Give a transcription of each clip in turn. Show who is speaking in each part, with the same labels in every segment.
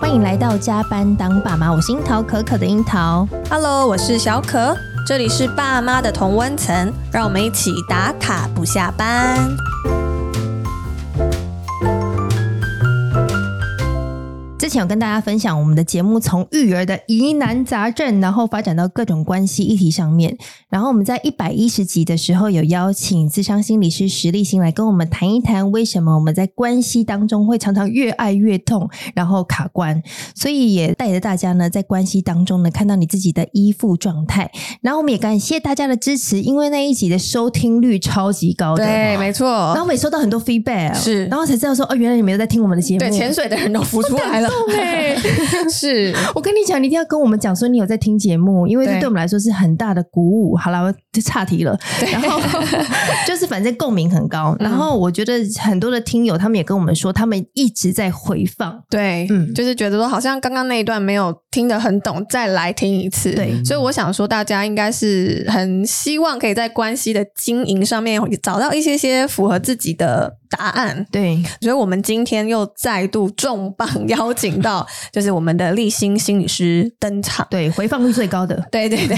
Speaker 1: 欢迎来到加班当爸妈，我是樱桃可可的樱桃。
Speaker 2: Hello，我是小可，这里是爸妈的同温层，让我们一起打卡不下班。
Speaker 1: 之前有跟大家分享我们的节目从育儿的疑难杂症，然后发展到各种关系议题上面。然后我们在一百一十集的时候有邀请智商心理师石立新来跟我们谈一谈，为什么我们在关系当中会常常越爱越痛，然后卡关。所以也带着大家呢，在关系当中呢，看到你自己的依附状态。然后我们也感谢大家的支持，因为那一集的收听率超级高的，
Speaker 2: 对，没
Speaker 1: 然
Speaker 2: 错
Speaker 1: 后，我们也收到很多 feedback，
Speaker 2: 哦是
Speaker 1: 然后才知道说哦，原来你们有在听我们的节目。
Speaker 2: 对，潜水的人都浮出来了，
Speaker 1: 欸
Speaker 2: 是，
Speaker 1: 我跟你讲，你一定要跟我们讲说你有在听节目，因为这
Speaker 2: 对
Speaker 1: 对我们来说是很大的鼓舞。好了，我就岔题了。然后 就是反正共鸣很高，
Speaker 2: 嗯
Speaker 1: 然后我觉得很多的听友他们也跟我们说，他们一直在回放。
Speaker 2: 对，
Speaker 1: 嗯
Speaker 2: 就是觉得说好像刚刚那一段没有听得很懂，再来听一次。
Speaker 1: 对
Speaker 2: 所以我想说，大家应该是很希望可以在关系的经营上面找到一些些符合自己的答案。
Speaker 1: 对，
Speaker 2: 所以我们今天又再度重磅邀请到，就是我们的立新心理师登场。
Speaker 1: 对，回放率最高的。
Speaker 2: 对对 对，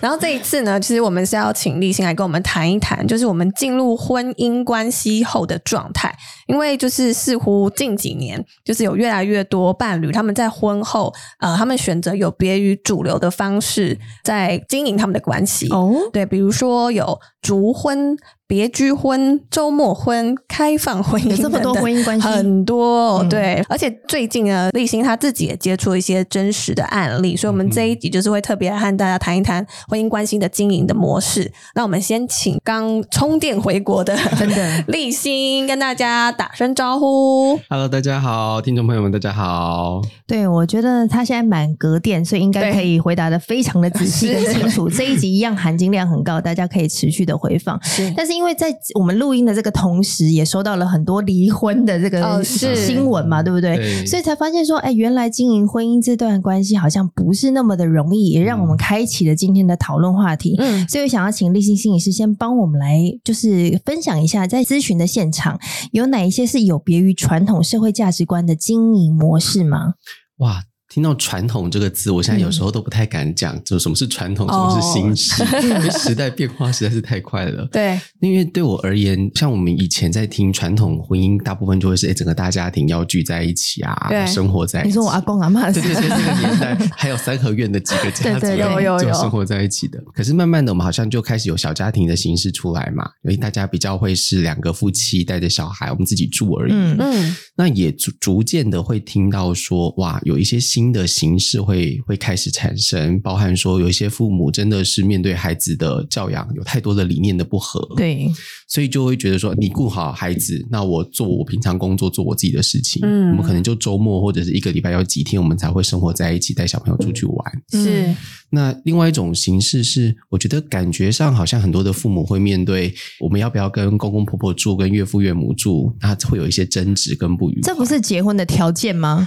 Speaker 2: 然后这一次呢，其实我们是要请立新来跟我们谈一谈，就是我们进入婚姻关系后的状态，因为就是似乎近几年，就是有越来越多伴侣他们在婚后，呃，他们选择有别于主流的方式在经营他们的关系。
Speaker 1: 哦，
Speaker 2: 对，比如说有逐婚、别居婚、周末婚、开放婚姻
Speaker 1: 有这么多
Speaker 2: 等等
Speaker 1: 婚姻关系
Speaker 2: 很多、
Speaker 1: 嗯
Speaker 2: 对。而且最近呢，立新他自己也接触一些真实的案例，所以我们这一集就是会特别和大家谈一谈婚姻关系的经营的模式。那我们先请刚充电回国的
Speaker 1: 真的。
Speaker 2: 立新跟大家打声招呼。
Speaker 3: Hello，大家好，听众朋友们，大家好。
Speaker 1: 对，我觉得他现在满格电，所以应该
Speaker 2: 对
Speaker 1: 可以回答的非常的仔细
Speaker 2: 是
Speaker 1: 跟清楚。这一集一样含金量很高，大家可以持续的回放。
Speaker 2: 是
Speaker 1: 但是因为在我们录音的这个同时，也收到了很多离婚的这
Speaker 2: 哦
Speaker 1: 个
Speaker 2: 是
Speaker 1: 新闻嘛，对不对？
Speaker 3: 对
Speaker 1: 所以才发现说，哎，原来经营婚姻这段关系好像不是那么的容易，也让我
Speaker 3: 嗯
Speaker 1: 们开启了今天的讨论话题。
Speaker 2: 嗯，
Speaker 1: 所以我想要请立新心理师先帮我们来，就是分享一下在咨询的现场有哪一些是有别于传统社会价值观的经营模式吗？
Speaker 3: 哇，听到“传统”这个字，我现在有
Speaker 1: 嗯
Speaker 3: 时候都不太敢讲，就什么是传
Speaker 1: 哦
Speaker 3: 统，什么是新式， 因为时代变化实在是太快了。
Speaker 2: 对，
Speaker 3: 因为对我而言，像我们以前在听传统婚姻，大部分就会是诶哎整个大家庭要聚在一起
Speaker 2: 对
Speaker 3: 啊，生活在一起。
Speaker 1: 你说我阿公阿妈
Speaker 3: 对对对，那个年代 还有三合院的几个家族
Speaker 1: 对对
Speaker 2: 有有
Speaker 3: 就
Speaker 2: 有
Speaker 3: 生活在一起的。可是慢慢的，我们好像就开始有小家庭的形式出来嘛，因为大家比较会是两个夫妻带着小孩，我们自己住而已。
Speaker 1: 嗯
Speaker 2: 嗯，
Speaker 3: 那也逐逐渐的会听到说，哇，有一些新的形式会会开始产生，包含说有一些父母真的是面对孩子的教养有太多的理念的不合，，
Speaker 1: 对，
Speaker 3: 所以就会觉得说，你顾好孩子，那我做我平常工作，做我自己的事情，
Speaker 2: 嗯
Speaker 3: 我们可能就周末或者是一个礼拜要几天，我们才会生活在一起，带小朋友出去玩。
Speaker 2: 是
Speaker 1: 嗯，
Speaker 3: 那另外一种形式是，我觉得感觉上好像很多的父母会面对我们要不要跟公公婆婆住，跟岳父岳母住，那会有一些争执跟不愉快。
Speaker 1: 这不是结婚的条件吗？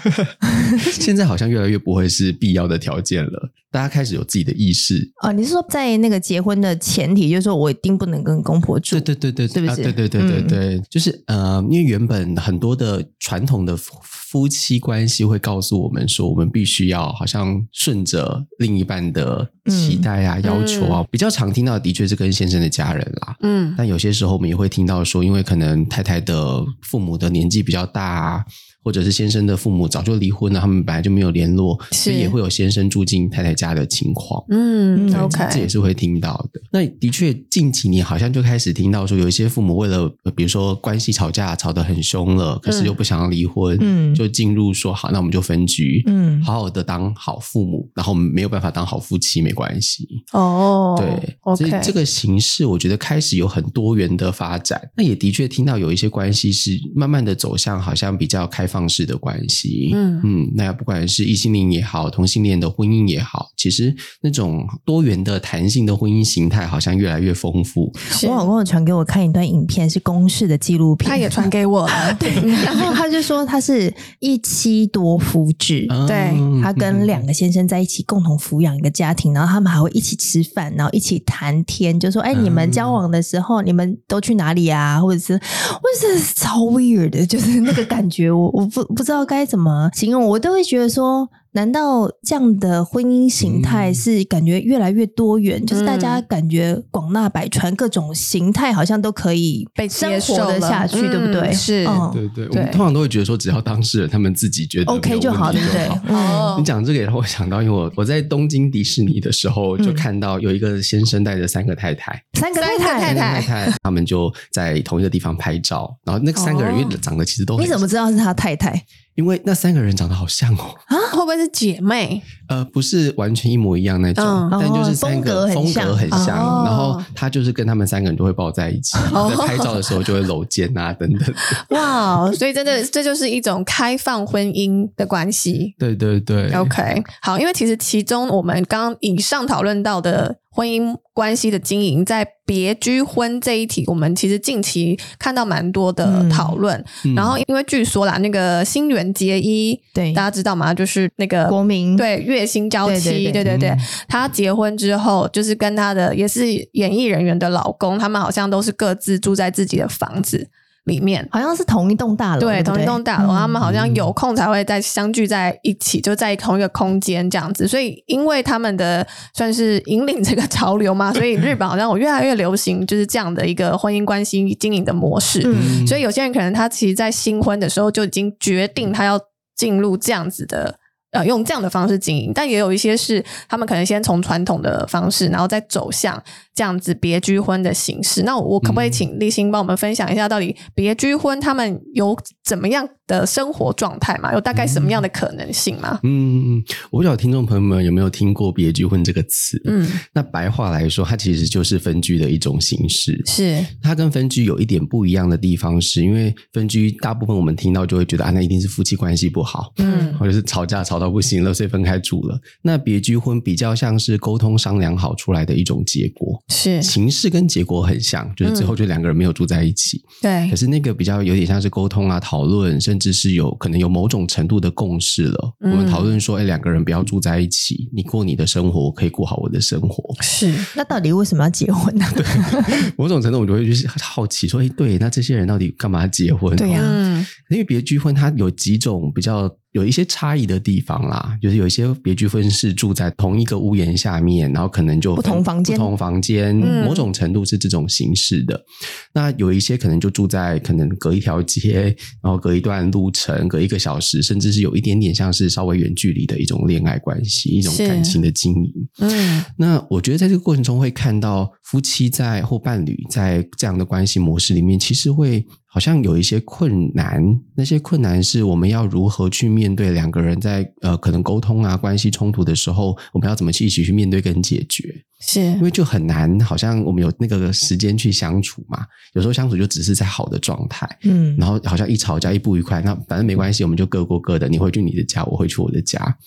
Speaker 3: 现在好像越来越不会是必要的条件了，大家开始有自己的意识。
Speaker 1: 哦，你是说在那个结婚的前提，就是说我一定不能跟公婆住？
Speaker 3: 对对对
Speaker 1: 是不
Speaker 3: 啊
Speaker 1: 是
Speaker 3: 对对对对对，就是呃，因为原本很多的传统的夫夫妻关系会告诉我们说，我们必须要好像顺着另一半的期待啊、要求啊，比较常听到的的确是跟先生的家人啦。
Speaker 2: 嗯，
Speaker 3: 但有些时候我们也会听到说，因为可能太太的父母的年纪比较大、啊，或者是先生的父母早就离婚了，他们本来就没有联络，
Speaker 2: 是
Speaker 3: 所以也会有先生住进太太家的情况。
Speaker 2: 嗯
Speaker 1: 嗯
Speaker 3: 对
Speaker 2: ，OK，
Speaker 3: 这这也是会听到的。那的确，近几年好像就开始听到说，有一些父母为了，呃比如说关系吵架吵得很凶了，可是又不想要离婚，
Speaker 1: 嗯
Speaker 3: 就进入说好，那我们就分居，
Speaker 1: 嗯
Speaker 3: 好好的当好父母，然后没有办法当好夫妻没关系，
Speaker 2: 哦，
Speaker 3: 对，所以
Speaker 2: ，OK，
Speaker 3: 这个形式我觉得开始有很多元的发展。那也的确听到有一些关系是慢慢的走向好像比较开放式的关系，
Speaker 2: 嗯
Speaker 3: 嗯，那不管是异性恋也好，同性恋的婚姻也好，其实那种多元的弹性的婚姻形态好像越来越丰富。
Speaker 1: 我老公有传给我看一段影片，是公视的纪录片，
Speaker 2: 他也传给我了， 嗯对，
Speaker 1: 然后 他就说他是一妻多夫制，
Speaker 2: 对
Speaker 3: 嗯
Speaker 1: 他跟两个先生在一起共同抚养一个家庭，然后他们还会一起吃饭，然后一起谈天，就说：“哎，
Speaker 3: 嗯
Speaker 1: 你们交往的时候，你们都去哪里啊？”或者是，我真的是超 weird 的，就是那个感觉，我我不不知道该怎么形容，我都会觉得说。难道这样的婚姻形态
Speaker 3: 嗯
Speaker 1: 是感觉越来越多元？就是大家
Speaker 2: 嗯
Speaker 1: 感觉广纳百川，各种形态好像都可以
Speaker 2: 被
Speaker 1: 生
Speaker 2: 接
Speaker 1: 活
Speaker 2: 受
Speaker 1: 的
Speaker 2: 了
Speaker 1: 下去，对不
Speaker 2: 嗯
Speaker 1: 对？
Speaker 2: 是
Speaker 1: 嗯
Speaker 3: 对对，我
Speaker 2: 对
Speaker 3: 们通常都会觉得说，只要当事人他们自己觉得
Speaker 1: OK
Speaker 3: 没
Speaker 1: 就
Speaker 3: 有问
Speaker 1: 好，
Speaker 3: 题
Speaker 1: 对不对？
Speaker 3: 好
Speaker 1: 嗯
Speaker 2: 哦
Speaker 3: 你讲这个也让我想到，因为我我在东京迪士尼的时候，就
Speaker 1: 嗯
Speaker 3: 看到有一个先生带着三个太太，
Speaker 1: 三个太
Speaker 2: 三个
Speaker 1: 太
Speaker 2: 太太
Speaker 3: 太太他们就在同一个地方拍照，然后那三个人
Speaker 2: 哦
Speaker 3: 因为长得其实都很
Speaker 1: 你怎么知道是他太太？
Speaker 3: 因为那三个人长得好像哦，
Speaker 2: 啊，会不会是姐妹？
Speaker 3: 呃，不是完全一模一样那种，
Speaker 2: 嗯
Speaker 3: 但就是三个
Speaker 1: 哦风
Speaker 3: 风
Speaker 1: 格
Speaker 3: 格
Speaker 1: 很
Speaker 3: 很
Speaker 1: 像
Speaker 3: 像，
Speaker 2: 哦
Speaker 3: 然后他就是跟他们三个人都会抱在一起，
Speaker 2: 哦
Speaker 3: 在拍照的时候就会搂肩啊等 等。
Speaker 2: 哇，所以真的这就是一种开放婚姻的关系。
Speaker 3: 对对对
Speaker 2: OK，好，因为其实其中我们刚刚以上讨论到的婚姻关系的经营，在别居婚这一题，我们其实近期看到蛮多的
Speaker 1: 嗯
Speaker 2: 讨论。
Speaker 3: 嗯
Speaker 2: 然后因为据说啦，那个新垣结衣，
Speaker 1: 对
Speaker 2: 大家知道吗？就是那个
Speaker 1: 国民
Speaker 2: 对月薪娇妻，
Speaker 1: 对对对
Speaker 2: 对对对
Speaker 3: 嗯
Speaker 2: 她结婚之后，就是跟她的也是演艺人员的老公，他们好像都是各自住在自己的房子里面。
Speaker 1: 好像是同一栋大楼，对
Speaker 2: 对，
Speaker 1: 不对，
Speaker 2: 同一栋大楼，
Speaker 1: 嗯
Speaker 2: 他们好像有空才会再相聚在一起，就在同一个空间这样子。所以，因为他们的算是引领这个潮流嘛，所以日本好像我越来越流行就是这样的一个婚姻关系经营的模式。
Speaker 1: 嗯
Speaker 2: 所以有些人可能他其实，在新婚的时候就已经决定他要进入这样子的。呃，用这样的方式经营，但也有一些是他们可能先从传统的方式，然后再走向这样子别居婚的形式。那我可不可以
Speaker 3: 嗯
Speaker 2: 请立新帮我们分享一下，到底别居婚他们有怎么样的生活状态嘛？有大概什么样的可能性吗？
Speaker 3: 嗯，嗯我不知道听众朋友们有没有听过“别居婚”这个词。
Speaker 2: 嗯，
Speaker 3: 那白话来说，它其实就是分居的一种形式。
Speaker 2: 是
Speaker 3: 它跟分居有一点不一样的地方是，因为分居大部分我们听到就会觉得啊，那一定是夫妻关系不好，
Speaker 2: 嗯
Speaker 3: 或者是吵架吵到不行了，所以分开住了。那别居婚比较像是沟通商量好出来的一种结果，
Speaker 2: 是，
Speaker 3: 形式跟结果很像，就是
Speaker 1: 嗯
Speaker 3: 最后就两个人没有住在一起。
Speaker 2: 对
Speaker 3: 可，是那个比较有点像是沟通啊、讨论，甚至是有可能有某种程度的共识了。
Speaker 2: 嗯
Speaker 3: 我们讨论说，哎，两个人不要住在一起，你过你的生活，我可以过好我的生活。
Speaker 2: 是
Speaker 1: 那到底为什么要结婚呢？
Speaker 3: 某种程度，我就会去好奇说，哎，对，那这些人到底干嘛结婚？
Speaker 1: 对呀
Speaker 2: 嗯
Speaker 3: 因为别居婚它有几种比较有一些差异的地方啦，就是有一些别居婚是住在同一个屋檐下面，然后可能就
Speaker 1: 不同房间
Speaker 3: 不同房间，
Speaker 2: 嗯
Speaker 3: 某种程度是这种形式的。那有一些可能就住在可能隔一条街，然后隔一段路程，隔一个小时，甚至是有一点点像是稍微远距离的一种恋爱关系，一种
Speaker 2: 是
Speaker 3: 感情的经营。
Speaker 2: 嗯
Speaker 3: 那我觉得在这个过程中会看到夫妻在或伴侣在这样的关系模式里面，其实会好像有一些困难。那些困难是我们要如何去面对两个人在呃可能沟通啊关系冲突的时候，我们要怎么去一起去面对跟解决？
Speaker 2: 是
Speaker 3: 因为就很难，好像我们有那个时间去相处嘛。有时候相处就只是在好的状态，
Speaker 1: 嗯，
Speaker 3: 然后好像一吵架一不愉快，那反正没关系，我们就各过各的，你回去你的家，我回去我的家。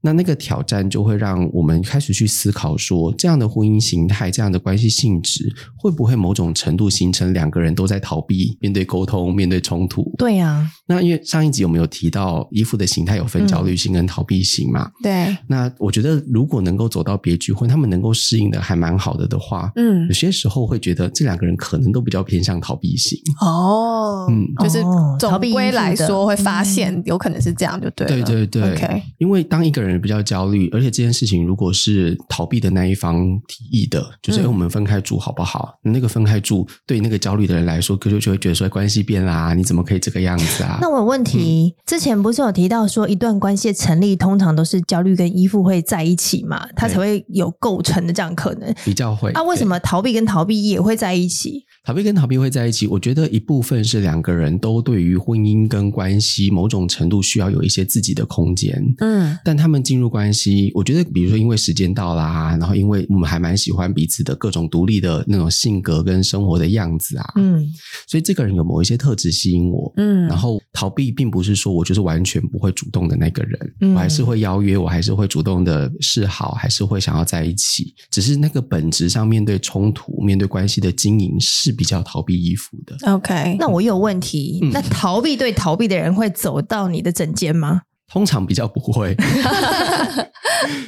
Speaker 3: 那那个挑战就会让我们开始去思考说，这样的婚姻形态、这样的关系性质，会不会某种程度形成两个人都在逃避面对沟通、面对冲突？
Speaker 1: 对啊呀，
Speaker 3: 那因为上一集我们有提到依附的形态有分焦虑性跟逃避型嘛，
Speaker 2: 对，
Speaker 3: 那我觉得如果能够走到别居婚，他们能够适应的还蛮好的的话，
Speaker 2: 嗯
Speaker 3: 有些时候会觉得这两个人可能都比较偏向逃避型。
Speaker 2: 哦，
Speaker 3: 嗯
Speaker 2: 就是
Speaker 1: 哦逃
Speaker 2: 总
Speaker 1: 避因
Speaker 2: 归
Speaker 1: 素
Speaker 2: 来
Speaker 1: 的
Speaker 2: 说会发
Speaker 1: 嗯
Speaker 2: 现有可能是这样，就对了。
Speaker 3: 对对对
Speaker 2: OK
Speaker 3: 因为当一个人比较焦虑，而且这件事情如果是逃避的那一方提议的，就是、
Speaker 2: 嗯
Speaker 3: 哎我们分开住好不好？那个分开住对那个焦虑的人来说，可就就会觉得说哎关系变啦、你怎么可以这个样子啊？
Speaker 1: 那我有问题，之前不是有提到说，一段关系的成立通常都是焦虑跟依附会在一起嘛，它
Speaker 3: 对
Speaker 1: 才会有构成的这样可能。
Speaker 3: 比较会
Speaker 1: 那啊为什
Speaker 3: 对
Speaker 1: 么逃避跟逃避也会在一起？
Speaker 3: 逃避跟逃避会在一起？我觉得一部分是两个人都对于婚姻跟关系某种程度需要有一些自己的空间，
Speaker 2: 嗯
Speaker 3: 但他们们进入关系，我觉得比如说因为时间到啦，然后因为我们还蛮喜欢彼此的各种独立的那种性格跟生活的样子啊，
Speaker 1: 嗯
Speaker 3: 所以这个人有某一些特质吸引我。
Speaker 2: 嗯
Speaker 3: 然后逃避并不是说我就是完全不会主动的那个人，
Speaker 1: 嗯
Speaker 3: 我还是会邀约，我还是会主动的示好，还是会想要在一起。只是那个本质上面对冲突、面对关系的经营是比较逃避依附的。
Speaker 2: ，OK，
Speaker 1: 那我有问题，
Speaker 3: 嗯
Speaker 1: 那逃避对逃避的人会走到你的枕间吗？
Speaker 3: 通常比较不会，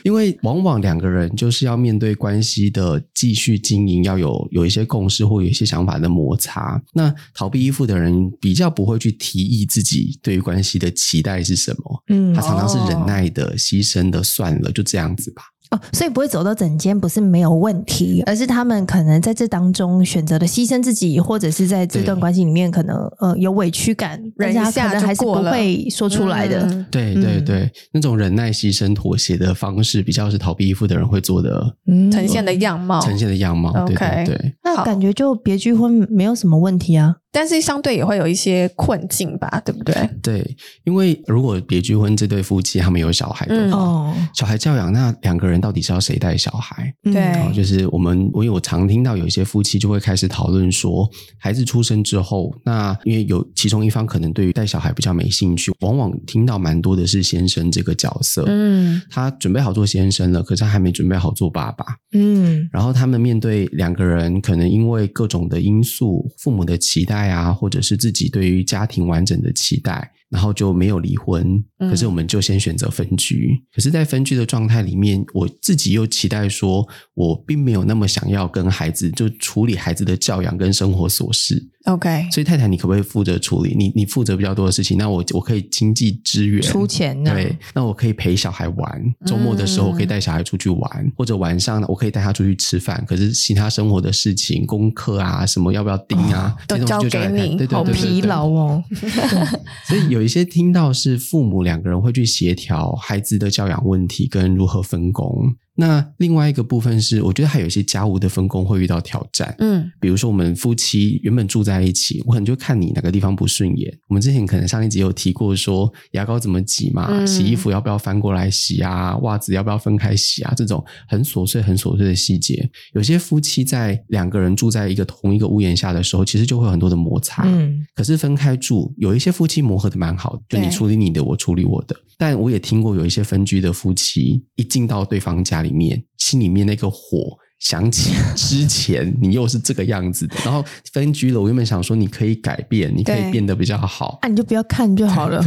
Speaker 3: 因为往往两个人就是要面对关系的继续经营，要有有一些共识或有一些想法的摩擦。那逃避依附的人比较不会去提议自己对于关系的期待是什么，
Speaker 1: 嗯
Speaker 3: 他常常是忍耐的、牺牲的，算了，就这样子吧。
Speaker 1: 哦，所以不会走到枕间不是没有问题，而是他们可能在这当中选择了牺牲自己，或者是在这段
Speaker 3: 对
Speaker 1: 关系里面可能呃有委屈感，
Speaker 2: 忍
Speaker 1: 人
Speaker 2: 一
Speaker 1: 家
Speaker 2: 下
Speaker 1: 可能
Speaker 2: 就
Speaker 1: 还是不
Speaker 2: 过了
Speaker 1: 会说出来的。
Speaker 2: 嗯
Speaker 3: 对
Speaker 1: 嗯
Speaker 3: 对对，那种忍耐、牺牲、妥协的方式，比较是逃避依附的人会做的
Speaker 1: 嗯
Speaker 2: 呈现的样貌，
Speaker 3: 呈现的样貌。对
Speaker 2: OK
Speaker 3: 对对，
Speaker 1: 那
Speaker 2: 好
Speaker 1: 感觉就别居婚没有什么问题啊。
Speaker 2: 但是相对也会有一些困境吧，对不对？
Speaker 3: 对，因为如果别居婚这对夫妻他们有小孩的
Speaker 2: 嗯
Speaker 3: 话，
Speaker 1: 哦，
Speaker 3: 小孩教养，那两个人到底是要谁带小孩？
Speaker 1: 嗯
Speaker 2: 对
Speaker 3: 哦，就是我们，我有常听到有一些夫妻就会开始讨论说，孩子出生之后，那因为有其中一方可能对于带小孩比较没兴趣，往往听到蛮多的是先生这个角色，
Speaker 2: 嗯
Speaker 3: 他准备好做先生了，可是他还没准备好做爸爸。
Speaker 1: 嗯
Speaker 3: 然后他们面对两个人可能因为各种的因素，父母的期待啊，或者是自己对于家庭完整的期待，然后就没有离婚。
Speaker 2: 嗯
Speaker 3: 可是我们就先选择分居。可是，在分居的状态里面，我自己又期待说，我并没有那么想要跟孩子就处理孩子的教养跟生活琐事。
Speaker 2: ，OK，
Speaker 3: 所以，太太，你可不可以负责处理？你你负责比较多的事情，那我我可以经济支援，
Speaker 1: 出钱啊呢？
Speaker 3: 对，那我可以陪小孩玩，周末的时候我可以带小孩出去玩，或者晚上呢我可以带他出去吃饭。可是其他生活的事情、功课啊，什么要不要盯啊，
Speaker 2: 都
Speaker 3: 这些东西就
Speaker 2: 交给
Speaker 3: 来看
Speaker 2: 你
Speaker 3: 对对
Speaker 1: 好
Speaker 3: 对对
Speaker 1: 疲
Speaker 3: 对
Speaker 1: 劳哦。
Speaker 3: 所以有一些听到是父母两个人会去协调孩子的教养问题跟如何分工。那另外一个部分是，我觉得还有一些家务的分工会遇到挑战。
Speaker 2: 嗯
Speaker 3: 比如说，我们夫妻原本住在一起，我可能就看你哪个地方不顺眼。我们之前可能上一集有提过说，牙膏怎么挤嘛，
Speaker 2: 嗯
Speaker 3: 洗衣服要不要翻过来洗啊，袜子要不要分开洗啊，这种很琐碎、很琐碎的细节。有些夫妻在两个人住在一个同一个屋檐下的时候，其实就会有很多的摩擦。
Speaker 1: 嗯
Speaker 3: 可是分开住，有一些夫妻磨合的蛮好的，就
Speaker 2: 对
Speaker 3: 你处理你的，我处理我的。但我也听过有一些分居的夫妻，一进到对方家里面，心里面那个火。想起之前你又是这个样子的，然后分居了，我原本想说你可以改变，你可以
Speaker 2: 对
Speaker 3: 变得比较好，
Speaker 1: 那啊你就不要看就好了。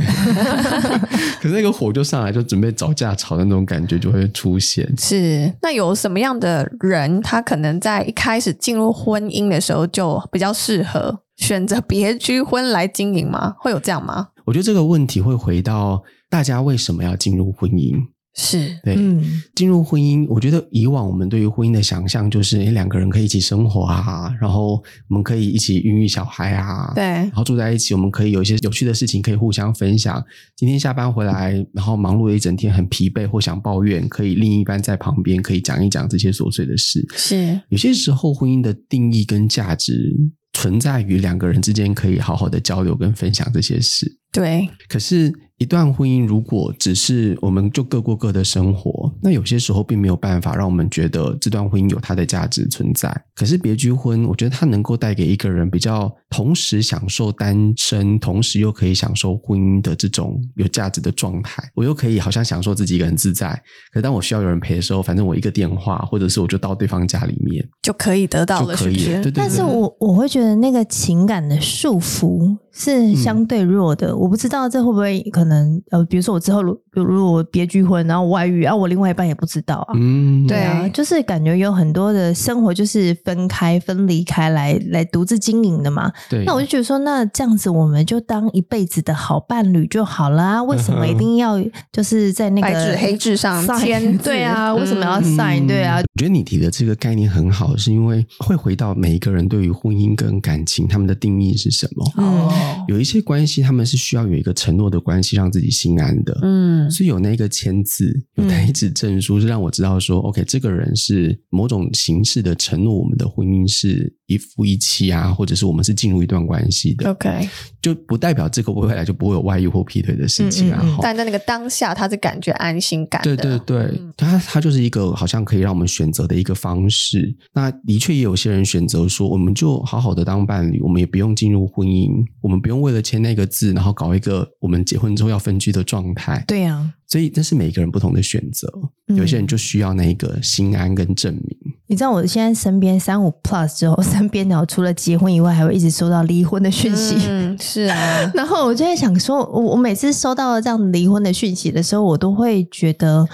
Speaker 3: 可是那个火就上来，就准备找架吵的那种感觉就会出现。
Speaker 2: 是，那有什么样的人，他可能在一开始进入婚姻的时候就比较适合选择别居婚来经营吗？会有这样吗？
Speaker 3: 我觉得这个问题会回到大家为什么要进入婚姻？
Speaker 2: 是，
Speaker 3: 对，
Speaker 1: 嗯
Speaker 3: 进入婚姻，我觉得以往我们对于婚姻的想象就是，诶两个人可以一起生活啊，然后我们可以一起孕育小孩啊，，
Speaker 2: 对
Speaker 3: 然，后住在一起，我们可以有一些有趣的事情可以互相分享。今天下班回来，然后忙碌了一整天，很疲惫或想抱怨，可以另一半在旁边可以讲一讲这些琐碎的事。
Speaker 2: 是，
Speaker 3: 有些时候，婚姻的定义跟价值存在于两个人之间可以好好的交流跟分享这些事。
Speaker 2: 对，
Speaker 3: 可是，一段婚姻如果只是我们就各过各的生活，那有些时候并没有办法让我们觉得这段婚姻有它的价值存在。可是别居婚，我觉得它能够带给一个人比较同时享受单身，同时又可以享受婚姻的这种有价值的状态。我又可以好像享受自己一个人自在，可当我需要有人陪的时候，反正我一个电话，或者是我就到对方家里面
Speaker 2: 就可以得到
Speaker 3: 就
Speaker 2: 了，是
Speaker 3: 可
Speaker 2: 不
Speaker 3: 以了。
Speaker 2: 是？
Speaker 3: 对对对
Speaker 1: 但是
Speaker 3: 对
Speaker 1: 我我会觉得那个情感的束缚
Speaker 3: 嗯
Speaker 1: 是相对弱的，我不知道这会不会可能呃，比如说我之后如如如果我别居婚，然后我外遇，啊，我另外一半也不知道啊。
Speaker 3: 嗯，
Speaker 2: 对
Speaker 1: 啊，就是感觉有很多的生活就是分开、分离开来来独自经营的嘛。
Speaker 3: 对，
Speaker 1: 那我就觉得说，那这样子我们就当一辈子的好伴侣就好啦。为什么一定要就是在那个
Speaker 2: 白纸黑字上
Speaker 1: sign？
Speaker 2: 签字
Speaker 1: 对啊，为什么要
Speaker 2: 嗯
Speaker 1: sign？、对啊
Speaker 3: 嗯，我觉得你提的这个概念很好，是因为会回到每一个人对于婚姻跟感情他们的定义是什么。
Speaker 2: 哦，
Speaker 3: 有一些关系，他们是需要有一个承诺的关系，让自己心安的。
Speaker 2: 嗯，
Speaker 3: 是有那个签字，
Speaker 1: 嗯
Speaker 3: 有那一纸证书，是让我知道说、o k 这个人是某种形式的承诺，我们的婚姻是一夫一妻啊，或者是我们是进入一段关系
Speaker 1: 哦
Speaker 3: 的，
Speaker 2: OK，
Speaker 3: 就不代表这个未来就不会有外遇或劈腿的事情啊。
Speaker 1: 嗯嗯嗯
Speaker 3: 哈
Speaker 2: 但在那个当下，他是感觉安心感的。
Speaker 3: 对对对
Speaker 2: 嗯，
Speaker 3: 它它就是一个好像可以让我们选择的一个方式。那的确也有些人选择说，我们就好好的当伴侣，我们也不用进入婚姻，我们不用为了签那个字，然后搞一个我们结婚之后要分居的状态。
Speaker 1: 对啊呀，
Speaker 3: 所以，这是每个人不同的选择。
Speaker 1: 嗯
Speaker 3: 有些人就需要那一个心安跟证明。
Speaker 1: 你知道我现在身边三五 plus 之后， 身边然后除了结婚以外，还会一直收到离婚的讯息。，
Speaker 2: 嗯，是啊
Speaker 1: 然后我就在想说，我我每次收到这样离婚的讯息的时候，我都会觉得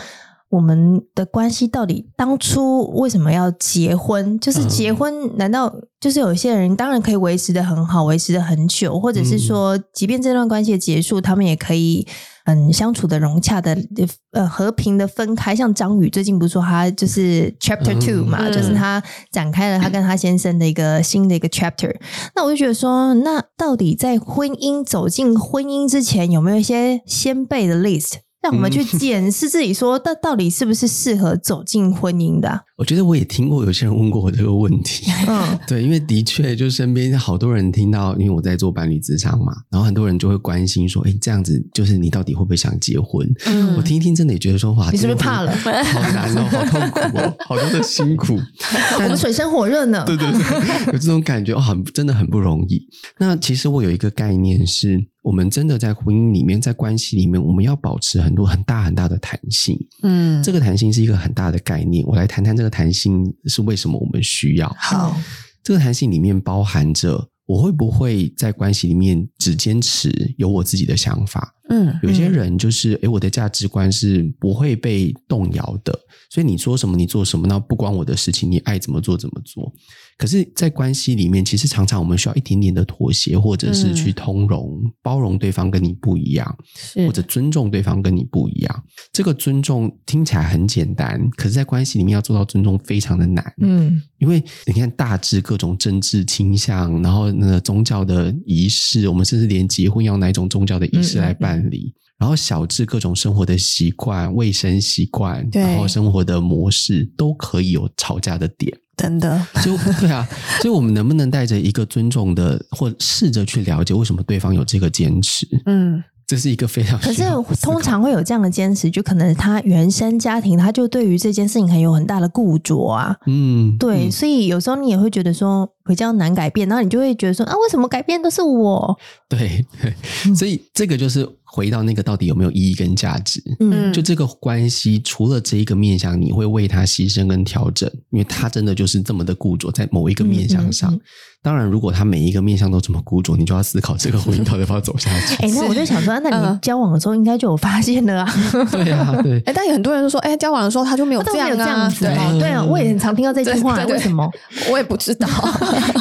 Speaker 1: 我们的关系到底当初为什么要结婚？就是
Speaker 3: 嗯
Speaker 1: 结婚，难道就是有些人当然可以维持的很好，维持的很久，或者是说，即便这段关系的结束，他们也可以。嗯，相处的融洽的，呃，和平的分开。像张宇最近不是说他就是 Chapter Two 嘛，
Speaker 2: 嗯
Speaker 1: 就是他展开了他跟他先生的一个新的一个 Chapter。那我就觉得说，那到底在婚姻走进婚姻之前，有没有一些先辈的 list，让我
Speaker 3: 嗯
Speaker 1: 们 去检视自己说，那到底是不是适合走进婚姻的啊、
Speaker 3: 我觉得我也听过有些人问过我这个问 题，
Speaker 1: 嗯，
Speaker 3: 对，因为的确，就身边好多人听到，因为我在做伴侣咨商嘛，然后很多人就会关心说，哎，这样子就是你到底会不会想结婚？
Speaker 2: 嗯
Speaker 3: 我听一听，真的也觉得说，哇，
Speaker 1: 你是不是
Speaker 3: 这个
Speaker 1: 怕了
Speaker 3: 好难哦，好痛苦 哦，好多的辛苦。
Speaker 1: 我们水深火热呢。
Speaker 3: 对对对，有 这种感觉，哦，很真的很不容易。那其实我有一个概念是，我们真的在婚姻里面，在关系里面，我们要保持很多很大很大的弹性。
Speaker 2: 嗯，
Speaker 3: 这个弹性是一个很大的概念，我来谈谈这个弹性是为什么我们需要。
Speaker 1: 好，
Speaker 3: 这个弹性里面包含着。我会不会在关系里面只坚持有我自己的想法？
Speaker 2: 嗯
Speaker 3: 有些人就是，诶，我的价值观是不会被动摇的，所以你说什么，你做什么，那不关我的事情，你爱怎么做怎么做。可是，在关系里面，其实常常我们需要一点点的妥协，或者是去通融、包容对方跟你不一样，
Speaker 2: 嗯是
Speaker 3: 或者尊重对方跟你不一样。这个尊重听起来很简单，可是，在关系里面要做到尊重非常的难。
Speaker 1: 嗯
Speaker 3: 因为你看，大致各种政治倾向，然后那个宗教的仪式，我们甚至连结婚要哪一种宗教的仪
Speaker 1: 嗯
Speaker 3: 式来办理，然后小至各种生活的习惯、卫生习惯，
Speaker 2: 对
Speaker 3: 然后生活的模式，都可以有吵架的 点。
Speaker 2: 真的，
Speaker 3: 就对啊，所以我们能不能带着一个尊重的，或试着去了解为什么对方有这个坚持？
Speaker 2: 嗯
Speaker 3: 这是一个非常
Speaker 1: 可
Speaker 3: 需
Speaker 1: 是
Speaker 3: 要思考
Speaker 1: 通常会有这样的坚持，就可能他原生家庭，他就对于这件事情很有很大的固着啊。
Speaker 3: 嗯，
Speaker 1: 对，所以有时候你也会觉得说比较难改变，然后你就会觉得说啊，为什么改变都是我？
Speaker 3: 对
Speaker 1: 嗯
Speaker 3: 对，所以这个就是回到那个到底有没有意义跟价值？
Speaker 1: 嗯
Speaker 2: 嗯，
Speaker 3: 就这个关系，除了这一个面向，你会为他牺牲跟调整，因为他真的就是这么的固着在某一个面向
Speaker 1: 嗯
Speaker 3: 上。
Speaker 1: 嗯
Speaker 3: 当然，如果他每一个面向都这么固着，你就要思考这个婚姻到底要不要走下去。
Speaker 1: 哎、那我就想说， 那你
Speaker 2: 嗯
Speaker 1: 交往的时候应该就有发现了啊。
Speaker 3: 对啊， 对，
Speaker 2: 哎，但有很多人都说，哎，交往的时候他就没有
Speaker 1: 他都没
Speaker 2: 这样
Speaker 1: 有这
Speaker 2: 啊
Speaker 1: 样，子
Speaker 2: 对
Speaker 1: 哦，对啊，我也很常听到这句话，
Speaker 2: 对对对
Speaker 1: 为什么？
Speaker 2: 我也不知道，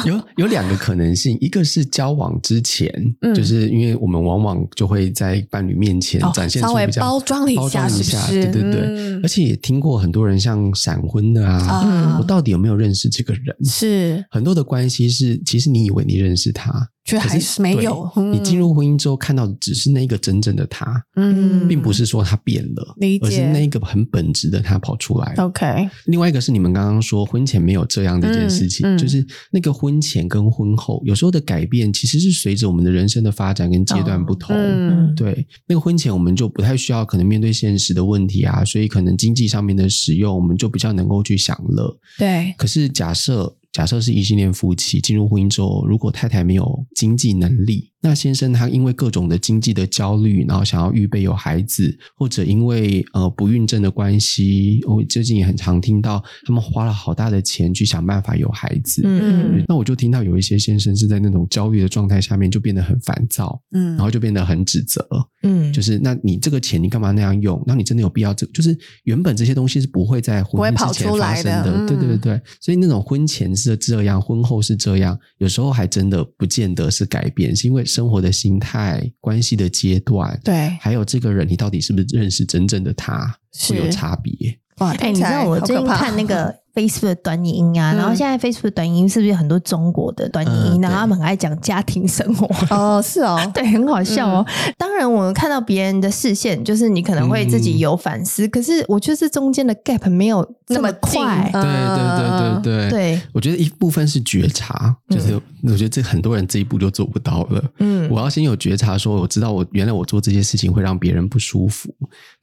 Speaker 3: 有有两个可能性，一个是交往之前，
Speaker 2: 嗯
Speaker 3: 就是因为我们往往就会在伴侣面前
Speaker 2: 哦
Speaker 3: 展现
Speaker 2: 稍
Speaker 3: 出
Speaker 2: 微
Speaker 3: 比较
Speaker 2: 包装了一
Speaker 3: 包
Speaker 2: 下
Speaker 3: 装一
Speaker 2: 是
Speaker 3: 下
Speaker 2: 不是
Speaker 3: 对对对，
Speaker 2: 嗯
Speaker 3: 而且也听过很多人像闪婚的啊，
Speaker 1: 嗯
Speaker 2: 啊
Speaker 3: 我，到底有没有认识这个人？
Speaker 2: 是，
Speaker 3: 很多的关系是，其实你以为你认识他，
Speaker 2: 却
Speaker 3: 可
Speaker 2: 还是没
Speaker 3: 对
Speaker 2: 有。嗯
Speaker 3: 你进，入婚姻之后看到的只是那个真正的他，
Speaker 2: 嗯
Speaker 3: 并不是说他变了，
Speaker 2: 理解
Speaker 3: 而是那个很本质的他跑出来。
Speaker 2: OK，
Speaker 3: 另外一个是你们刚刚说婚前没有这样的一件事情，
Speaker 2: 嗯嗯
Speaker 3: 就是那个婚前跟婚后有时候的改变，其实是随着我们的人生的发展跟阶段不同。
Speaker 2: 嗯，
Speaker 3: 对，那个婚前我们就不太需要可能面对现实的问题啊，所以可能经济上面的使用，我们就比较能够去享乐。
Speaker 2: 对，
Speaker 3: 可是假设假设是异性恋夫妻进入婚姻之后，如果太太没有经济能力，那先生他因为各种的经济的焦虑，然后想要预备有孩子，或者因为呃不孕症的关系，我最近也很常听到他们花了好大的钱去想办法有孩子。
Speaker 1: 嗯
Speaker 2: 嗯
Speaker 3: 那我就听到有一些先生是在那种焦虑的状态下面，就变得很烦躁，
Speaker 2: 嗯，
Speaker 3: 然后就变得很指责，
Speaker 1: 嗯，
Speaker 3: 就是那你这个钱你干嘛那样用？那你真的有必要这？就是原本这些东西是不会在
Speaker 2: 不
Speaker 3: 婚
Speaker 2: 会
Speaker 3: 姻
Speaker 2: 跑
Speaker 3: 之前
Speaker 2: 出
Speaker 3: 发
Speaker 2: 来
Speaker 3: 生
Speaker 2: 的嗯
Speaker 3: 对对对。所以那种婚前是这样，婚后是这样，有时候还真的不见得是改变，是因为生活的心态、关系的阶段，
Speaker 2: 对，
Speaker 3: 还有这个人你到底是不是认识真正的他，
Speaker 2: 是
Speaker 3: 会有差别。
Speaker 2: 哇，
Speaker 1: 哎哎、你知道我最近看那个。 Facebook 的短影音啊，
Speaker 2: 嗯
Speaker 1: 然后现在 Facebook 的短影音是不是有很多中国的短影音？
Speaker 3: 嗯
Speaker 1: 然后他们很爱讲家庭生活。
Speaker 2: 哦，是哦，
Speaker 1: 对，很好笑哦。
Speaker 2: 嗯
Speaker 1: 当然，我们看到别人的视线，就是你可能会自
Speaker 3: 嗯
Speaker 1: 己有反思，可是我觉得这中间的 gap 没有这么
Speaker 2: 近
Speaker 1: 快。
Speaker 3: 对对对
Speaker 2: 嗯
Speaker 3: 对对。
Speaker 1: 对，
Speaker 3: 我觉得一部分是觉察，就是
Speaker 2: 嗯
Speaker 3: 我觉得这很多人这一步就做不到了。
Speaker 1: 嗯，
Speaker 3: 我要先有觉察，说我知道我原来我做这些事情会让别人不舒服，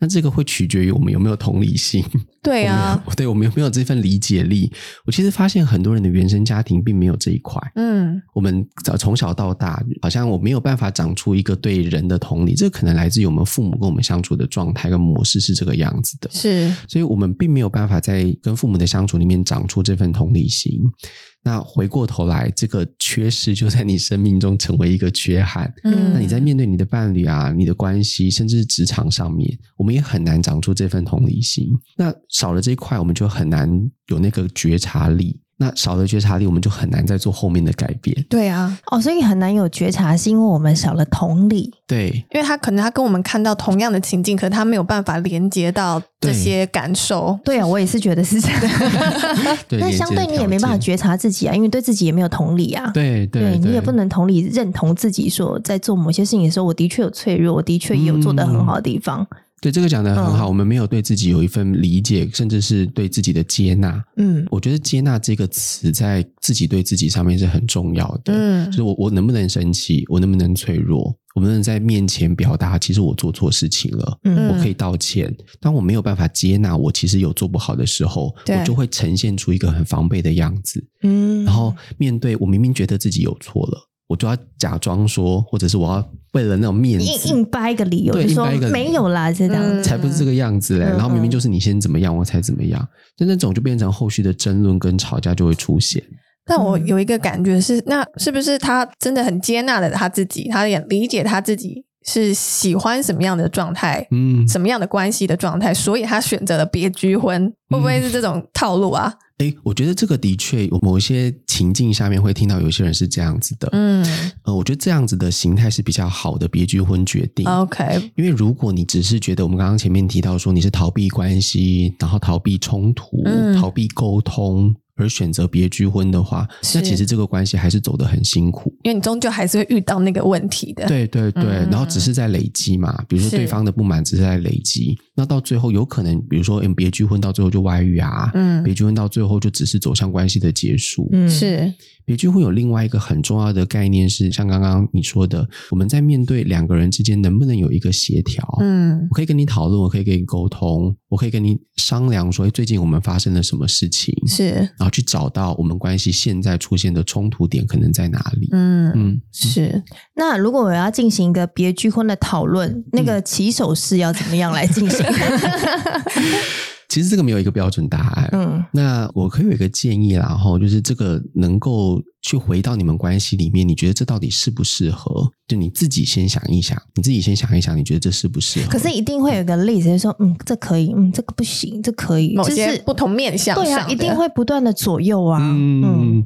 Speaker 3: 那这个会取决于我们有没有同理心，
Speaker 2: 对啊，
Speaker 3: 我们有对我们有没有这份理解力。我其实发现很多人的原生家庭并没有这一块，
Speaker 2: 嗯，
Speaker 3: 我们早从小到大，好像我没有办法长出一个对人的同理，这可能来自于我们父母跟我们相处的状态跟模式是这个样子的。
Speaker 2: 是，
Speaker 3: 所以我们并没有办法在跟父母的相处里面长出这份同理心。那回过头来，这个缺失就在你生命中成为一个缺憾。
Speaker 1: 嗯
Speaker 3: 那你在面对你的伴侣啊、你的关系，甚至职场上面，我们也很难长出这份同理心。那少了这一块，我们就很难有那个觉察力。那少了觉察力，我们就很难再做后面的改变。
Speaker 2: 对啊，
Speaker 1: 哦，所以很难有觉察，是因为我们少了同理。
Speaker 3: 对，
Speaker 2: 因为他可能他跟我们看到同样的情境，可他没有办法连接到这些感受。
Speaker 1: 对啊，我也是觉得是这样。
Speaker 3: 对
Speaker 1: 那相对你也没办法。觉察自己啊，因为对自己也没有同理啊。
Speaker 3: 连接的条件对对
Speaker 1: 你也不能同理认同自己说，在做某些事情的时候，我的确有脆弱，我的确也有做
Speaker 3: 嗯
Speaker 1: 得很好的地方。
Speaker 3: 对这个讲的很
Speaker 1: 嗯
Speaker 3: 好、我们没有对自己有一份理解，甚至是对自己的接纳。
Speaker 1: 嗯
Speaker 3: 我觉得“接纳”这个词在自己对自己上面是很重要的。
Speaker 2: 嗯
Speaker 3: 就是我我能不能生气，我能不能脆弱，我能不能在面前表达，其实我做错事情了。
Speaker 1: 嗯
Speaker 3: 我可以道歉，当我没有办法接纳我其实有做不好的时候，
Speaker 2: 对
Speaker 3: 我就会呈现出一个很防备的样子。
Speaker 1: 嗯
Speaker 3: 然后面对我明明觉得自己有错了，我就要假装说，或者是我要为了那种面
Speaker 1: 硬
Speaker 3: 子，
Speaker 1: 硬掰一个理由，
Speaker 3: 对
Speaker 1: 就说
Speaker 3: 硬掰一个理由
Speaker 1: 没有啦，这样
Speaker 2: 嗯
Speaker 1: 子。
Speaker 3: 才不是这个样子嘞。
Speaker 1: 嗯
Speaker 3: 然后明明就是你先怎么样，我才怎么样，那那种就变成后续的争论跟吵架就会出现。
Speaker 2: 但我有一个感觉是，那是不是他真的很接纳了他自己，他也理解他自己是喜欢什么样的状态，
Speaker 3: 嗯，
Speaker 2: 什么样的关系的状态，所以他选择了别居婚，会不
Speaker 3: 嗯
Speaker 2: 会是这种套路啊？
Speaker 3: 诶，我觉得这个的确有某一些情境下面会听到有些人是这样子的。
Speaker 2: 嗯
Speaker 3: 呃，我觉得这样子的形态是比较好的别居婚决定。
Speaker 1: 哦
Speaker 2: ，OK，
Speaker 3: 因为如果你只是觉得我们刚刚前面提到说你是逃避关系，然后逃避冲突、
Speaker 2: 嗯
Speaker 3: 逃避沟通而选择别居婚的话，
Speaker 2: 是
Speaker 3: 那其实这个关系还是走得很辛苦。
Speaker 2: 因为你终究还是会遇到那个问题的。
Speaker 3: 对对对，
Speaker 2: 嗯
Speaker 3: 然后只是在累积嘛，比如说
Speaker 2: 是
Speaker 3: 对方的不满只是在累积，那到最后有可能，比如说嗯，别居婚到最后就外遇啊，
Speaker 2: 嗯
Speaker 3: 别居婚到最后就只是走向关系的结束。
Speaker 1: 嗯，
Speaker 2: 是，
Speaker 3: 别居婚有另外一个很重要的概念是，像刚刚你说的，我们在面对两个人之间能不能有一个协调？
Speaker 2: 嗯
Speaker 3: 我可以跟你讨论，我可以跟你沟通，我可以跟你商量说，诶哎最近我们发生了什么事情，
Speaker 2: 是，
Speaker 3: 然后去找到我们关系现在出现的冲突点可能在哪里。
Speaker 2: 嗯
Speaker 3: 嗯，
Speaker 2: 是，
Speaker 1: 那如果我要进行一个别居婚的讨论，
Speaker 3: 嗯
Speaker 1: 那个起手式要怎么样来进行？
Speaker 3: 其实这个没有一个标准答案。
Speaker 1: 嗯
Speaker 3: 那我可以有一个建议啦，哈，就是这个能够去回到你们关系里面，你觉得这到底适不适合？就你自己先想一想，你自己先想一想，你觉得这适不适合？
Speaker 1: 可是一定会有一个例子，就是说，嗯，这可以，嗯，这个不行，这可以，
Speaker 2: 某
Speaker 1: 就
Speaker 2: 些
Speaker 1: 是
Speaker 2: 不同面向
Speaker 1: 对啊，
Speaker 2: 上
Speaker 1: 一定
Speaker 2: 的
Speaker 1: 会不断的左右啊。嗯
Speaker 3: 嗯，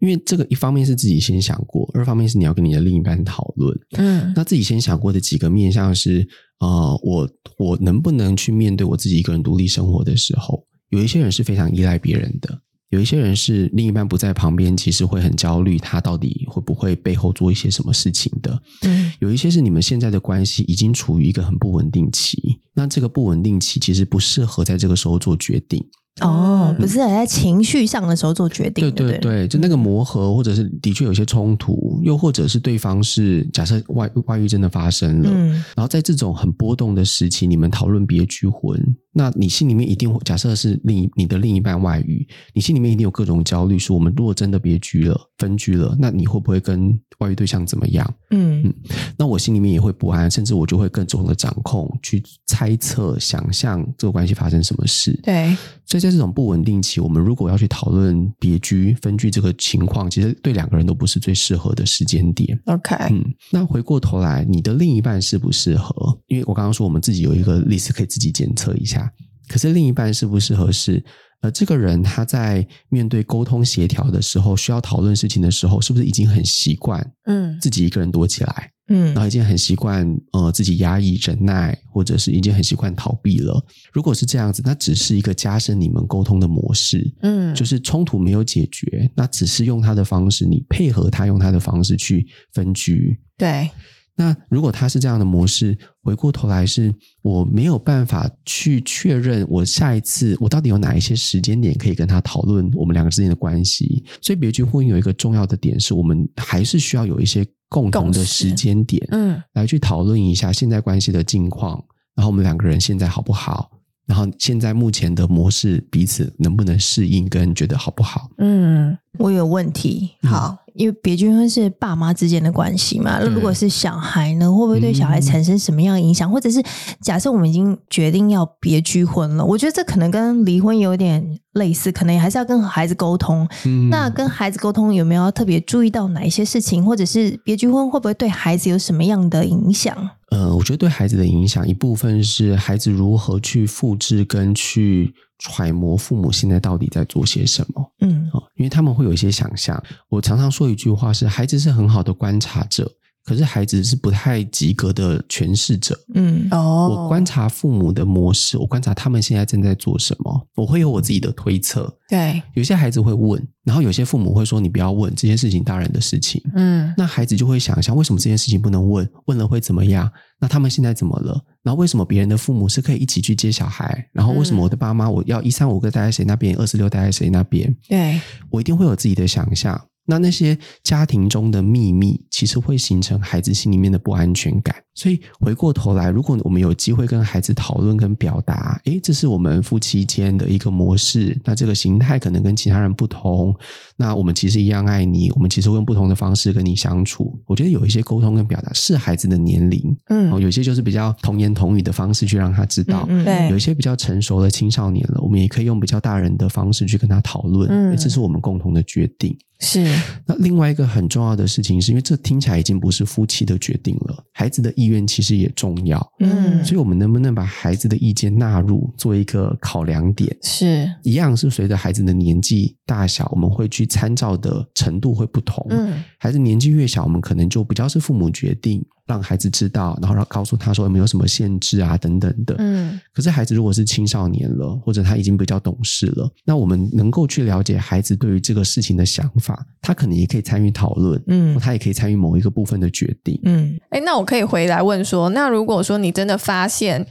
Speaker 3: 因为这个一方面是自己先想过，二方面是你要跟你的另一半讨论。
Speaker 2: 嗯
Speaker 3: 那自己先想过的几个面向是，呃，我我能不能去面对我自己一个人独立生活的时候，有一些人是非常依赖别人的，有一些人是另一半不在旁边，其实会很焦虑，他到底会不会背后做一些什么事情的。
Speaker 1: 嗯
Speaker 3: 有一些是你们现在的关系已经处于一个很不稳定期，那这个不稳定期其实不适合在这个时候做决定。
Speaker 1: 哦，
Speaker 2: 嗯
Speaker 1: 不是在情绪上的时候做决定的，
Speaker 3: 对
Speaker 1: 嗯
Speaker 3: 对
Speaker 1: 不
Speaker 3: 对，就那个磨合，或者是的确有些冲突，又或者是对方是假设外外遇真的发生了，
Speaker 1: 嗯
Speaker 3: 然后在这种很波动的时期，你们讨论别居婚，那你心里面一定会假设是另一你的另一半外遇，你心里面一定有各种焦虑，说我们如果真的别居了，分居了，那你会不会跟外遇对象怎么样？
Speaker 1: 嗯
Speaker 3: 那我心里面也会不安，甚至我就会各种的掌控，去猜测、想象这个关系发生什么事。
Speaker 2: 对，
Speaker 3: 所以在这种不稳定期，我们如果要去讨论别居、分居这个情况，其实对两个人都不是最适合的时间点。
Speaker 2: OK，
Speaker 3: 嗯，那回过头来，你的另一半适不适合？因为我刚刚说我们自己有一个 list 可以自己检测一下，可是另一半适不适合是，呃，这个人他在面对沟通协调的时候，需要讨论事情的时候，是不是已经很习惯
Speaker 2: 嗯
Speaker 3: 自己一个人躲起来，
Speaker 1: 嗯
Speaker 3: 然后已经很习惯呃自己压抑、忍耐，或者是已经很习惯逃避了？如果是这样子，那只是一个加深你们沟通的模式，
Speaker 2: 嗯，
Speaker 3: 就是冲突没有解决，那只是用他的方式，你配合他用他的方式去分居。
Speaker 2: 对，
Speaker 3: 那如果他是这样的模式，回过头来是我没有办法去确认我下一次我到底有哪一些时间点可以跟他讨论我们两个之间的关系。所以别居婚姻有一个重要的点是，我们还是需要有一些共同
Speaker 2: 共
Speaker 3: 的
Speaker 2: 识
Speaker 3: 时间点
Speaker 2: 嗯
Speaker 3: 来去讨论一下现在关系的近况，然后我们两个人现在好不好，然后现在目前的模式彼此能不能适应，跟觉得好不好？
Speaker 2: 嗯，
Speaker 1: 我有问题，
Speaker 2: 好，
Speaker 1: 因为别结婚是爸妈之间的关系嘛，那
Speaker 3: 对
Speaker 1: 如果是小孩呢，会不会对小孩产生什么样的影响？或者是假设我们已经决定要别居婚了，我觉得这可能跟离婚有点类似，可能还是要跟孩子沟通。
Speaker 3: 嗯
Speaker 1: 那跟孩子沟通有没有要特别注意到哪一些事情，或者是别居婚会不会对孩子有什么样的影响？
Speaker 3: 呃，我觉得对孩子的影响一部分是孩子如何去复制跟去揣摩父母现在到底在做些什么
Speaker 1: 嗯
Speaker 3: 哦，因为他们会有一些想象。我常常说一句话是：孩子是很好的观察者，可是孩子是不太及格的诠释者。
Speaker 1: 嗯
Speaker 2: 哦，
Speaker 3: 我观察父母的模式，我观察他们现在正在做什么，我会有我自己的推测。
Speaker 2: 对，
Speaker 3: 有些孩子会问，然后有些父母会说：“你不要问这些事情，大人的事情。”
Speaker 2: 嗯
Speaker 3: 那孩子就会想象，为什么这件事情不能问？问了会怎么样？那他们现在怎么了？然后为什么别人的父母是可以一起去接小孩？然后为什么我的爸妈我要一三五个待在谁那边，二四六待在谁那边？
Speaker 2: 对，
Speaker 3: 我一定会有自己的想象。那那些家庭中的秘密，其实会形成孩子心里面的不安全感。所以回过头来，如果我们有机会跟孩子讨论跟表达，诶，这是我们夫妻间的一个模式，那这个形态可能跟其他人不同，那我们其实一样爱你，我们其实会用不同的方式跟你相处。我觉得有一些沟通跟表达是孩子的年龄，哦，
Speaker 2: 嗯
Speaker 3: 有些就是比较童言童语的方式去让他知道，
Speaker 1: 嗯嗯
Speaker 2: 对
Speaker 3: 有一些比较成熟的青少年了，我们也可以用比较大人的方式去跟他讨论，
Speaker 2: 嗯
Speaker 3: 诶这是我们共同的决定。
Speaker 2: 是，
Speaker 3: 那另外一个很重要的事情，是因为这听起来已经不是夫妻的决定了，孩子的意愿其实也重要，
Speaker 1: 嗯
Speaker 2: 嗯
Speaker 3: 所以我们能不能把孩子的意见纳入做一个考量点？
Speaker 2: 是，
Speaker 3: 一样是随着孩子的年纪大小，我们会去参照的程度会不同。
Speaker 2: 嗯
Speaker 3: 孩子年纪越小，我们可能就比较是父母决定，让孩子知道，然后让告诉他说哎有没有什么限制啊等等的。
Speaker 2: 嗯
Speaker 3: 可是孩子如果是青少年了，或者他已经比较懂事了，那我们能够去了解孩子对于这个事情的想法，他可能也可以参与讨论，
Speaker 1: 嗯
Speaker 3: 他也可以参与某一个部分的决定。
Speaker 1: 嗯
Speaker 2: 哎，那我可以回来问说，那如果说你真的发现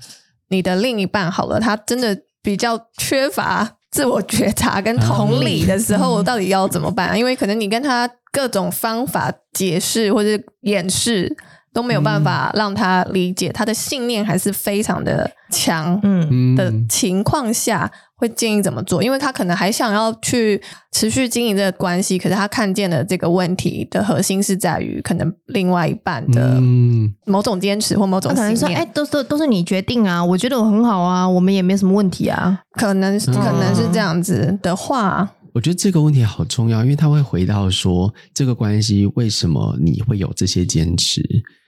Speaker 2: 你的另一半好了，他真的比较缺乏自我觉察跟同理的时候，
Speaker 1: 嗯
Speaker 2: 我到底要怎么办啊、因为可能你跟他各种方法解释或者掩饰都没有办法让他理解，他的信念还是非常的强
Speaker 1: 嗯
Speaker 3: 嗯
Speaker 2: 的情况下。会建议怎么做？因为他可能还想要去持续经营这个关系，可是他看见了这个问题的核心是在于可能另外一半的
Speaker 3: 嗯，
Speaker 2: 某种坚持或某种
Speaker 1: 他可能
Speaker 2: 信
Speaker 1: 说：“
Speaker 2: 念，
Speaker 1: 哎、都都都是你决定啊，我觉得我很好啊，我们也没什么问题啊。
Speaker 2: 可能是
Speaker 3: 嗯
Speaker 2: 可能是这样子的话，
Speaker 3: 我觉得这个问题好重要，因为他会回到说这个关系为什么你会有这些坚持？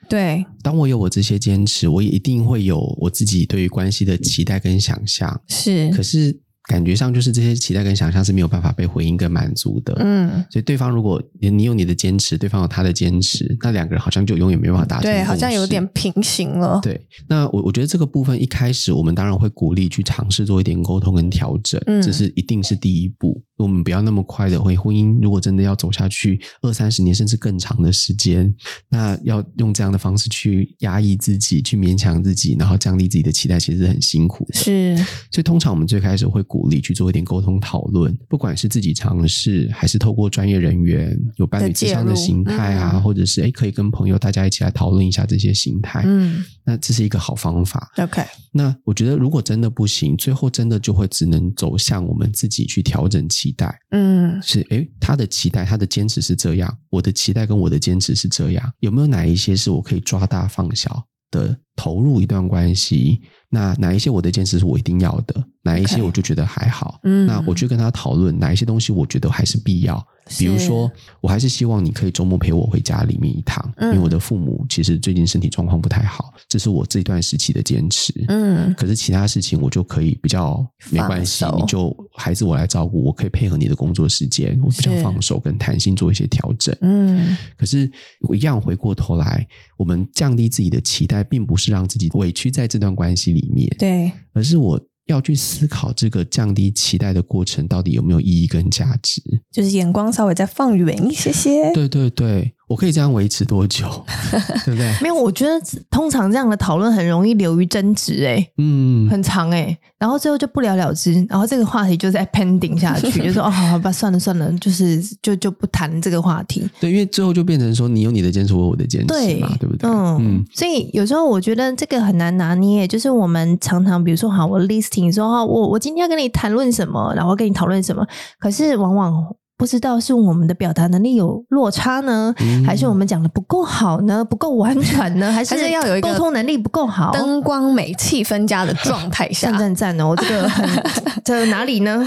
Speaker 2: 对，
Speaker 3: 当我有我这些坚持，我也一定会有我自己对于关系的期待跟想象。
Speaker 2: 是，
Speaker 3: 可是感觉上就是这些期待跟想象是没有办法被回应跟满足的。
Speaker 2: 嗯，
Speaker 3: 所以对方如果你你有你的坚持，对方有他的坚持，那两个人好像就永远没办法达成
Speaker 2: 对，
Speaker 3: 共识
Speaker 2: 好像有点平行了，
Speaker 3: 对。那我我觉得这个部分一开始我们当然会鼓励去尝试做一点沟通跟调整，
Speaker 2: 嗯
Speaker 3: 这是一定是第一步。我们不要那么快的会婚姻，如果真的要走下去二三十年甚至更长的时间，那要用这样的方式去压抑自己，去勉强自己，然后降低自己的期待，其实很辛苦的。
Speaker 2: 是，
Speaker 3: 所以通常我们最开始会鼓励去做一点沟通讨论，不管是自己尝试，还是透过专业人员有伴侣
Speaker 2: 的
Speaker 3: 智
Speaker 2: 介
Speaker 3: 商的
Speaker 2: 入
Speaker 3: 形态啊，
Speaker 2: 嗯
Speaker 3: 或者是诶可以跟朋友大家一起来讨论一下这些形态。
Speaker 2: 嗯
Speaker 3: 那这是一个好方法。
Speaker 2: ，OK，
Speaker 3: 那我觉得如果真的不行，最后真的就会只能走向我们自己去调整期待。
Speaker 2: 嗯
Speaker 3: 是诶，他的期待，他的坚持是这样，我的期待跟我的坚持是这样，有没有哪一些是我可以抓大放小的投入一段关系？那哪一些我的坚持是我一定要的，哪一些
Speaker 2: OK
Speaker 3: 我就觉得还好。
Speaker 2: 嗯
Speaker 3: 那我去跟他讨论哪一些东西我觉得还是必要，比如说，我还是希望你可以周末陪我回家里面一趟，因为
Speaker 2: 嗯
Speaker 3: 我的父母其实最近身体状况不太好，这是我这段时期的坚持。
Speaker 2: 嗯，
Speaker 3: 可是其他事情我就可以比较没关系
Speaker 2: 放，手
Speaker 3: 你就孩子我来照顾，我可以配合你的工作时间，我比较
Speaker 2: 是
Speaker 3: 放手跟弹性做一些调整。
Speaker 2: 嗯，
Speaker 3: 可是我一样回过头来，我们降低自己的期待，并不是让自己委屈在这段关系里面，
Speaker 2: 对，
Speaker 3: 而是我要去思考这个降低期待的过程到底有没有意义跟价值。
Speaker 2: 就是眼光稍微再放远一些些。
Speaker 3: 对对对，我可以这样维持多久？ 对不对？
Speaker 1: 没有，我觉得通常这样的讨论很容易流于争执、欸，
Speaker 3: 嗯，
Speaker 1: 很长哎、然后最后就不了了之，然后这个话题就在 pending 下去， 就说哦，好吧，算了算了，就是就就不谈这个话题。
Speaker 3: 对，因为最后就变成说你有你的坚持，我有我的坚持
Speaker 1: 对
Speaker 3: 嘛，对不对？
Speaker 1: 嗯，所以有时候我觉得这个很难拿捏，就是我们常常比如说，好，我 listing 说，哦我我今天要跟你谈论什么，然后跟你讨论什么，可是往往不知道是我们的表达能力有落差呢，
Speaker 3: 嗯
Speaker 1: 还是我们讲的不够好呢，不够婉转呢，还是
Speaker 2: 还是要有一个
Speaker 1: 沟通能力不够好？
Speaker 2: 灯光美、气氛佳的状态下
Speaker 1: 赞，赞赞哦，这个很这哪里呢？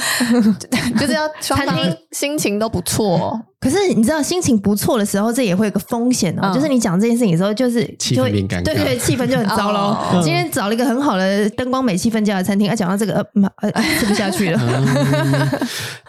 Speaker 2: 就是要双方
Speaker 1: 餐厅
Speaker 2: 心情都不错哦。
Speaker 1: 可是你知道，心情不错的时候，这也会有个风险哦，
Speaker 2: 嗯
Speaker 1: 就是你讲这件事情的时候，就是
Speaker 3: 气氛
Speaker 1: 就会
Speaker 3: 变尴尬
Speaker 1: 对对对，气氛就很糟喽。
Speaker 2: 哦
Speaker 1: 今天找了一个很好的灯光美、气氛佳的餐厅，啊，讲到这 个，呃妈，呃，吃不下去了。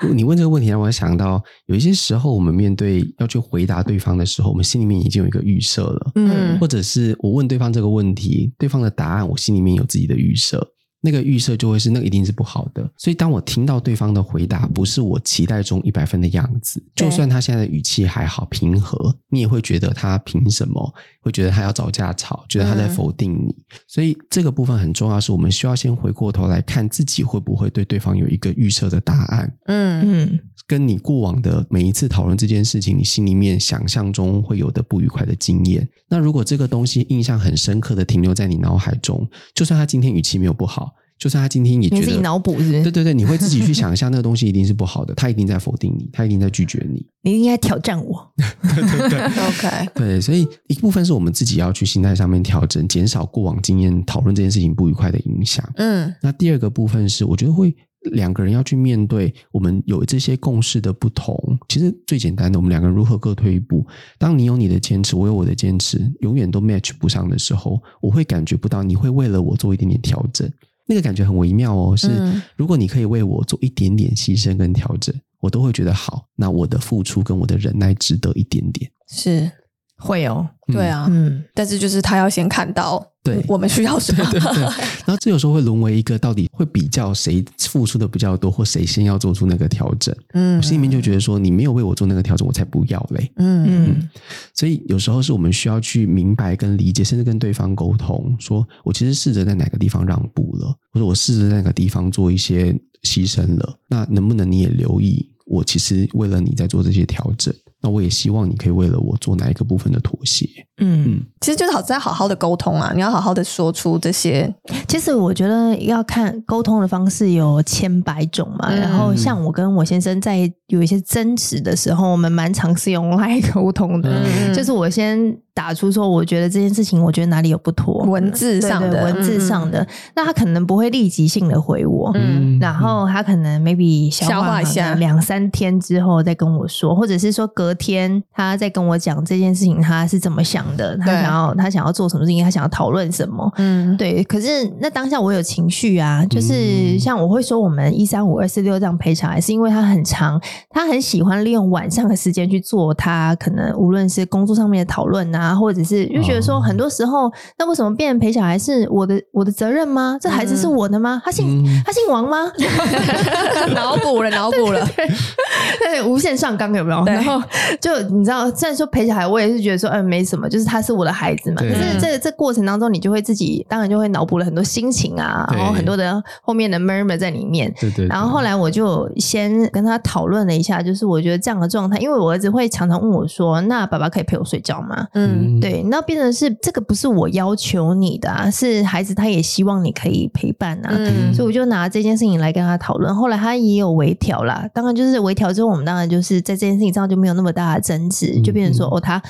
Speaker 3: 嗯 你问这个问题让我想到，有一些时候我们面对要去回答对方的时候，我们心里面已经有一个预设了，
Speaker 1: 嗯
Speaker 2: 嗯
Speaker 3: 或者是我问对方这个问题，对方的答案我心里面有自己的预设，那个预设就会是那个一定是不好的。所以当我听到对方的回答不是我期待中一百分的样子，
Speaker 2: 对
Speaker 3: 就算他现在的语气还好平和，你也会觉得他凭什么？会觉得他要找架吵，觉得他在
Speaker 2: 嗯
Speaker 3: 否定你。所以这个部分很重要，是我们需要先回过头来看自己会不会对对方有一个预设的答案。
Speaker 2: 嗯，
Speaker 1: 嗯，
Speaker 3: 跟你过往的每一次讨论这件事情，你心里面想象中会有的不愉快的经验。那如果这个东西印象很深刻的停留在你脑海中，就算他今天语气没有不好，就算他今天也觉
Speaker 1: 你
Speaker 3: 得
Speaker 1: 自己脑补是不
Speaker 3: 对
Speaker 1: 是？
Speaker 3: 对对，你会自己去想象那个东西一定是不好的，他一定在否定你，他一定在拒绝 你。
Speaker 1: 你应该挑战我。
Speaker 2: 嗯 OK，
Speaker 3: 对，所以一部分是我们自己要去心态上面调整，减少过往经验讨论这件事情不愉快的影响。
Speaker 2: 嗯
Speaker 3: 那第二个部分是，我觉得会两个人要去面对我们有这些共识的不同。其实最简单的，我们两个人如何各退一步。当你有你的坚持，我有我的坚持，永远都 match 不上的时候，我会感觉不到你会为了我做一点点调整。那个感觉很微妙哦，是
Speaker 2: 嗯
Speaker 3: 如果你可以为我做一点点牺牲跟调整，我都会觉得好。那我的付出跟我的忍耐值得一点点。
Speaker 2: 是
Speaker 1: 会哦，
Speaker 3: 嗯
Speaker 2: 对啊，
Speaker 1: 嗯，
Speaker 2: 但是就是他要先看到
Speaker 3: 对
Speaker 2: 我们需要什么，
Speaker 3: 对对，然后这有时候会沦为一个到底会比较谁付出的比较多，或谁先要做出那个调整。
Speaker 2: 嗯
Speaker 3: 我心里面就觉得说，你没有为我做那个调整，我才不要嘞。
Speaker 2: 嗯
Speaker 1: 嗯
Speaker 3: 所以有时候是我们需要去明白跟理解，甚至跟对方沟通，说我其实试着在哪个地方让步了，或者我试着在哪个地方做一些牺牲了。那能不能你也留意，我其实为了你在做这些调整，那我也希望你可以为了我做哪一个部分的妥协。
Speaker 1: 嗯，
Speaker 2: 其实就是好在好好的沟通啊，你要好好的说出这些，
Speaker 1: 其实我觉得要看沟通的方式有千百种嘛，
Speaker 2: 嗯
Speaker 1: 然后像我跟我先生在有一些争执的时候，我们蛮常是用来沟通的，
Speaker 2: 嗯
Speaker 1: 就是我先打出说，我觉得这件事情，我觉得哪里有不妥，
Speaker 2: 文字上的
Speaker 1: 对对文字上的，那他可能不会立即性的回我。
Speaker 2: 嗯
Speaker 1: 然后他可能 maybe
Speaker 2: 消化
Speaker 1: 化
Speaker 2: 一下
Speaker 1: 个两三天之后再跟我说，或者是说隔天他再跟我讲这件事情他是怎么想的，他
Speaker 2: 对
Speaker 1: 想要他想要做什么事情，他想要讨论什么，
Speaker 2: 嗯，
Speaker 1: 对，可是那当下我有情绪啊，就是
Speaker 3: 嗯
Speaker 1: 像我会说我们一三五二四六这样陪小孩，是因为他很长，他很喜欢利用晚上的时间去做他可能无论是工作上面的讨论啊，或者是就觉得说
Speaker 3: 哦
Speaker 1: 很多时候，那为什么变成陪小孩是我的我的责任吗？这孩子是我的吗？他姓、
Speaker 3: 嗯
Speaker 1: 他姓王吗？
Speaker 2: 脑补了，脑 补了，
Speaker 1: 对，无限上纲有没有？
Speaker 2: 对
Speaker 1: 然后就你知道，虽然说陪小孩，我也是觉得说，嗯、没什么，就是他是我的孩子嘛。可
Speaker 3: 对
Speaker 1: 是这这过程当中，你就会自己当然就会脑补了很多心情啊，
Speaker 3: 对
Speaker 1: 然后很多的后面的 murmur 在里面。
Speaker 3: 对对
Speaker 1: 然后后来我就先跟他讨论了一下，就是我觉得这样的状态，因为我儿子会常常问我说：“那爸爸可以陪我睡觉吗？”
Speaker 2: 嗯，
Speaker 1: 对，那变成是这个不是我要求你的、啊，是孩子他也希望你可以陪伴啊。
Speaker 2: 嗯
Speaker 1: 所以我就拿这件事情来跟他讨论。后来他也有微调啦，当然就是微调之后，我们当然就是在这件事情上就没有那么大的争执，就变成说
Speaker 3: 嗯
Speaker 1: 哦，他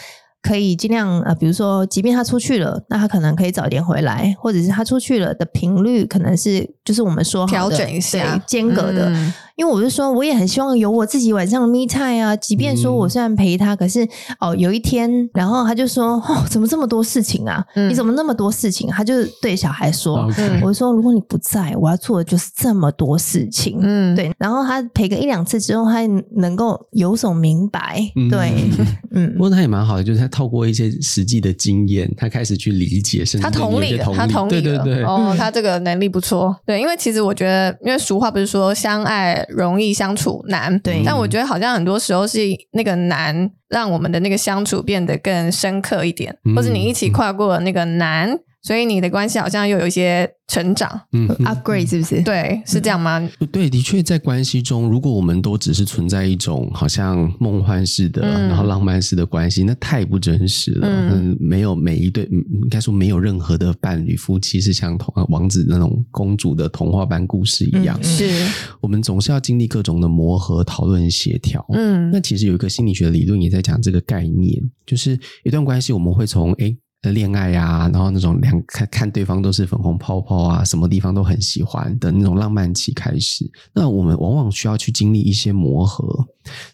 Speaker 1: 可以尽量呃，比如说，即便他出去了，那他可能可以早一点回来，或者是他出去了的频率可能是就是我们说好的
Speaker 2: 调整一下
Speaker 1: 对间隔的。
Speaker 2: 嗯
Speaker 1: 因为我是说，我也很希望有我自己晚上的 me time 啊。即便说
Speaker 3: 嗯
Speaker 1: 我虽然陪他，可是哦，有一天，然后他就说：“哦，怎么这么多事情啊？
Speaker 2: 嗯
Speaker 1: 你怎么那么多事情？”啊他就对小孩说：“
Speaker 3: ，OK，
Speaker 1: 我就说，如果你不在，我要做的就是这么多事情。
Speaker 2: 嗯，
Speaker 1: 对，然后他陪个一两次之后，他能够有所明白。
Speaker 3: 嗯
Speaker 1: 对， 嗯
Speaker 3: 不，过他也蛮好的，就是他透过一些实际的经验，他开始去理解，甚至
Speaker 2: 他同
Speaker 3: 有一
Speaker 2: 理
Speaker 3: 些
Speaker 2: 了，他同理
Speaker 3: 对对
Speaker 2: 了
Speaker 3: 对，
Speaker 2: 哦
Speaker 1: 嗯，
Speaker 2: 他这个能力不错。对，因为其实我觉得，因为俗话不是说相爱容易相处难，
Speaker 1: 对
Speaker 3: 嗯
Speaker 2: 但我觉得好像很多时候是那个难让我们的那个相处变得更深刻一点，
Speaker 3: 嗯
Speaker 2: 或是你一起跨过了那个难，所以你的关系好像又有一些成长。
Speaker 3: 嗯哼
Speaker 1: upgrade 是不是？
Speaker 2: 对，是这样吗？
Speaker 3: 对，的确，在关系中，如果我们都只是存在一种好像梦幻式的，
Speaker 2: 嗯
Speaker 3: 然后浪漫式的关系，那太不真实了。
Speaker 2: 嗯
Speaker 3: 嗯，没有每一对，嗯应该说没有任何的伴侣夫妻是像童王子那种公主的童话般故事一样。
Speaker 1: 嗯
Speaker 2: 是，
Speaker 3: 我们总是要经历各种的磨合、讨论、协调。
Speaker 2: 嗯
Speaker 3: 那其实有一个心理学理论也在讲这个概念，就是一段关系我们会从诶呃恋爱啊，然后那种两看看对方都是粉红泡泡啊，什么地方都很喜欢的那种浪漫期开始。那我们往往需要去经历一些磨合，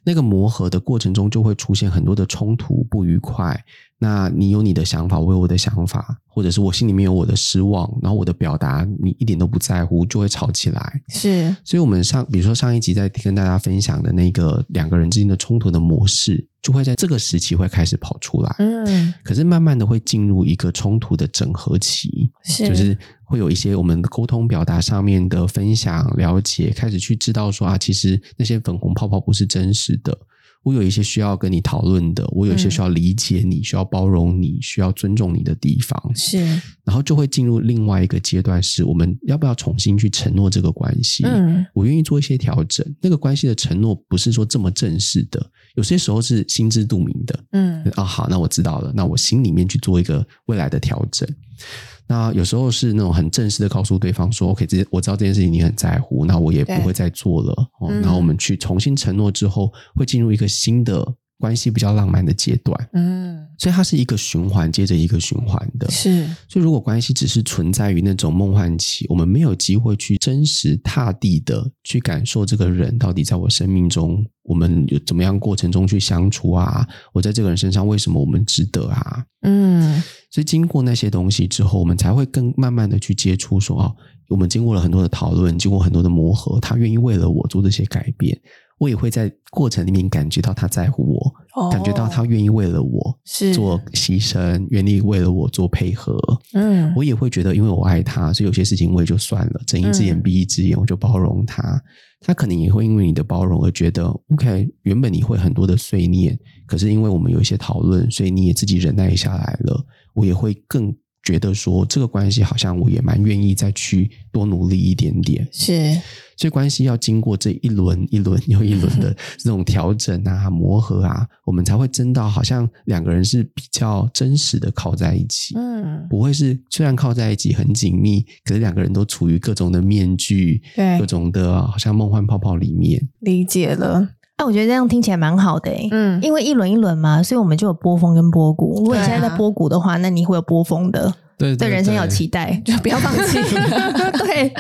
Speaker 3: 那个磨合的过程中就会出现很多的冲突、不愉快。那你有你的想法，我有我的想法，或者是我心里面有我的失望，然后我的表达你一点都不在乎，就会吵起来。
Speaker 2: 是，
Speaker 3: 所以，我们上比如说上一集在跟大家分享的那个两个人之间的冲突的模式，就会在这个时期会开始跑出来。
Speaker 2: 嗯
Speaker 3: 可是慢慢的会进入一个冲突的整合期，
Speaker 2: 是，
Speaker 3: 就是会有一些我们的沟通表达上面的分享、了解，开始去知道说啊，其实那些粉红泡泡不是真实的。我有一些需要跟你讨论的，我有一些
Speaker 2: 嗯
Speaker 3: 需要理解你、需要包容你、需要尊重你的地方。
Speaker 2: 是，
Speaker 3: 然后就会进入另外一个阶段，是我们要不要重新去承诺这个关系？
Speaker 2: 嗯
Speaker 3: 我愿意做一些调整。那个关系的承诺不是说这么正式的，有些时候是心知肚明的。
Speaker 2: 嗯
Speaker 3: 啊，好，那我知道了，那我心里面去做一个未来的调整。那有时候是那种很正式的告诉对方说，OK，这件我知道这件事情你很在乎，那我也不
Speaker 2: 对
Speaker 3: 会再做了。哦
Speaker 2: 嗯
Speaker 3: 然后我们去重新承诺之后，会进入一个新的关系比较浪漫的阶段。
Speaker 2: 嗯，
Speaker 3: 所以它是一个循环接着一个循环的。
Speaker 2: 是，
Speaker 3: 所以，如果关系只是存在于那种梦幻期，我们没有机会去真实踏地的去感受这个人到底在我生命中，我们有怎么样过程中去相处啊？我在这个人身上为什么我们值得啊？
Speaker 2: 嗯
Speaker 3: 所以，经过那些东西之后，我们才会更慢慢的去接触说，哦，我们经过了很多的讨论，经过很多的磨合，他愿意为了我做这些改变，我也会在过程里面感觉到他在乎我，
Speaker 2: 哦
Speaker 3: 感觉到他愿意为了我
Speaker 2: 是
Speaker 3: 做牺牲，愿意为了我做配合。
Speaker 2: 嗯
Speaker 3: 我也会觉得，因为我爱他，所以有些事情我也就算了，睁一只眼
Speaker 2: 嗯
Speaker 3: 闭一只眼，我就包容他。他可能也会因为你的包容而觉得，OK，原本你会很多的碎念，可是因为我们有一些讨论，所以你也自己忍耐下来了。我也会更觉得说，这个关系好像我也蛮愿意再去多努力一点点。
Speaker 2: 是，
Speaker 3: 所以关系要经过这一轮一轮又一轮的这种调整啊、磨合啊，我们才会真到好像两个人是比较真实的靠在一起。
Speaker 2: 嗯，
Speaker 3: 不会是虽然靠在一起很紧密，可是两个人都处于各种的面具，
Speaker 2: 对
Speaker 3: 各种的好像梦幻泡泡里面。
Speaker 2: 理解了，
Speaker 1: 那我觉得这样听起来蛮好的诶、欸
Speaker 2: 嗯，
Speaker 1: 因为一轮一轮嘛，所以我们就有波峰跟波谷。如果你
Speaker 2: 对啊
Speaker 1: 现在在波谷的话，那你会有波峰的，
Speaker 3: 对
Speaker 1: 对人生有期待。
Speaker 2: 就不要放弃。
Speaker 1: 对，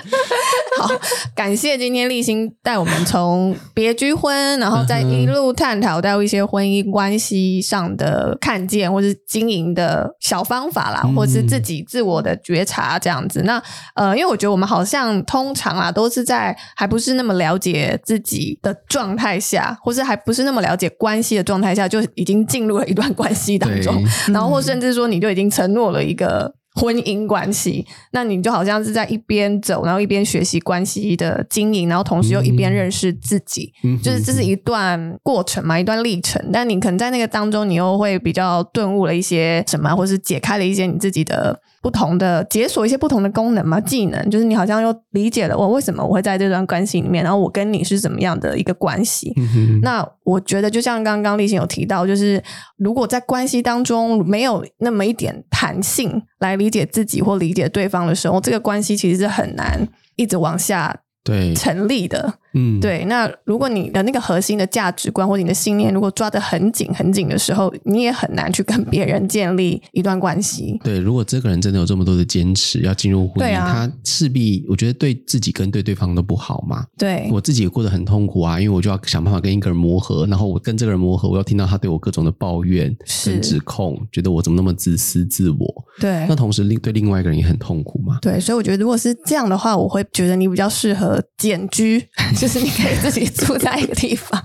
Speaker 2: 好，感谢今天立新带我们从别居婚，然后再一路探讨到一些婚姻关系上的看见，或是经营的小方法啦，
Speaker 3: 嗯
Speaker 2: 或是自己自我的觉察这样子。那呃，因为我觉得我们好像通常啊，都是在还不是那么了解自己的状态下，或是还不是那么了解关系的状态下，就已经进入了一段关系当
Speaker 3: 对
Speaker 2: 中。然
Speaker 1: 嗯
Speaker 2: 后或甚至说你就已经承诺了一个婚姻关系，那你就好像是在一边走，然后一边学习关系的经营，然后同时又一边认识自己，
Speaker 3: 嗯
Speaker 2: 就是这是一段过程嘛，一段历程。但你可能在那个当中，你又会比较顿悟了一些什么，或是解开了一些你自己的。不同的解锁一些不同的功能嘛，技能就是你好像又理解了我为什么我会在这段关系里面，然后我跟你是怎么样的一个关系，
Speaker 3: 嗯哼
Speaker 2: 那我觉得，就像刚刚立行有提到，就是如果在关系当中没有那么一点弹性来理解自己或理解对方的时候，这个关系其实是很难一直往下
Speaker 3: 对
Speaker 2: 成立的。
Speaker 3: 嗯，
Speaker 2: 对，那如果你的那个核心的价值观或者你的信念，如果抓得很紧很紧的时候，你也很难去跟别人建立一段关系。
Speaker 3: 对，如果这个人真的有这么多的坚持，要进入婚
Speaker 2: 对
Speaker 3: 姻，
Speaker 2: 啊
Speaker 3: 他势必我觉得对自己跟对对方都不好嘛。
Speaker 2: 对，
Speaker 3: 我自己也过得很痛苦啊，因为我就要想办法跟一个人磨合，然后我跟这个人磨合，我要听到他对我各种的抱怨
Speaker 2: 是
Speaker 3: 跟指控，觉得我怎么那么自私自我。
Speaker 2: 对
Speaker 3: 那，同时另对另外一个人也很痛苦嘛。
Speaker 2: 对，所以我觉得如果是这样的话，我会觉得你比较适合简居， 就是你可以自己住在一个地方，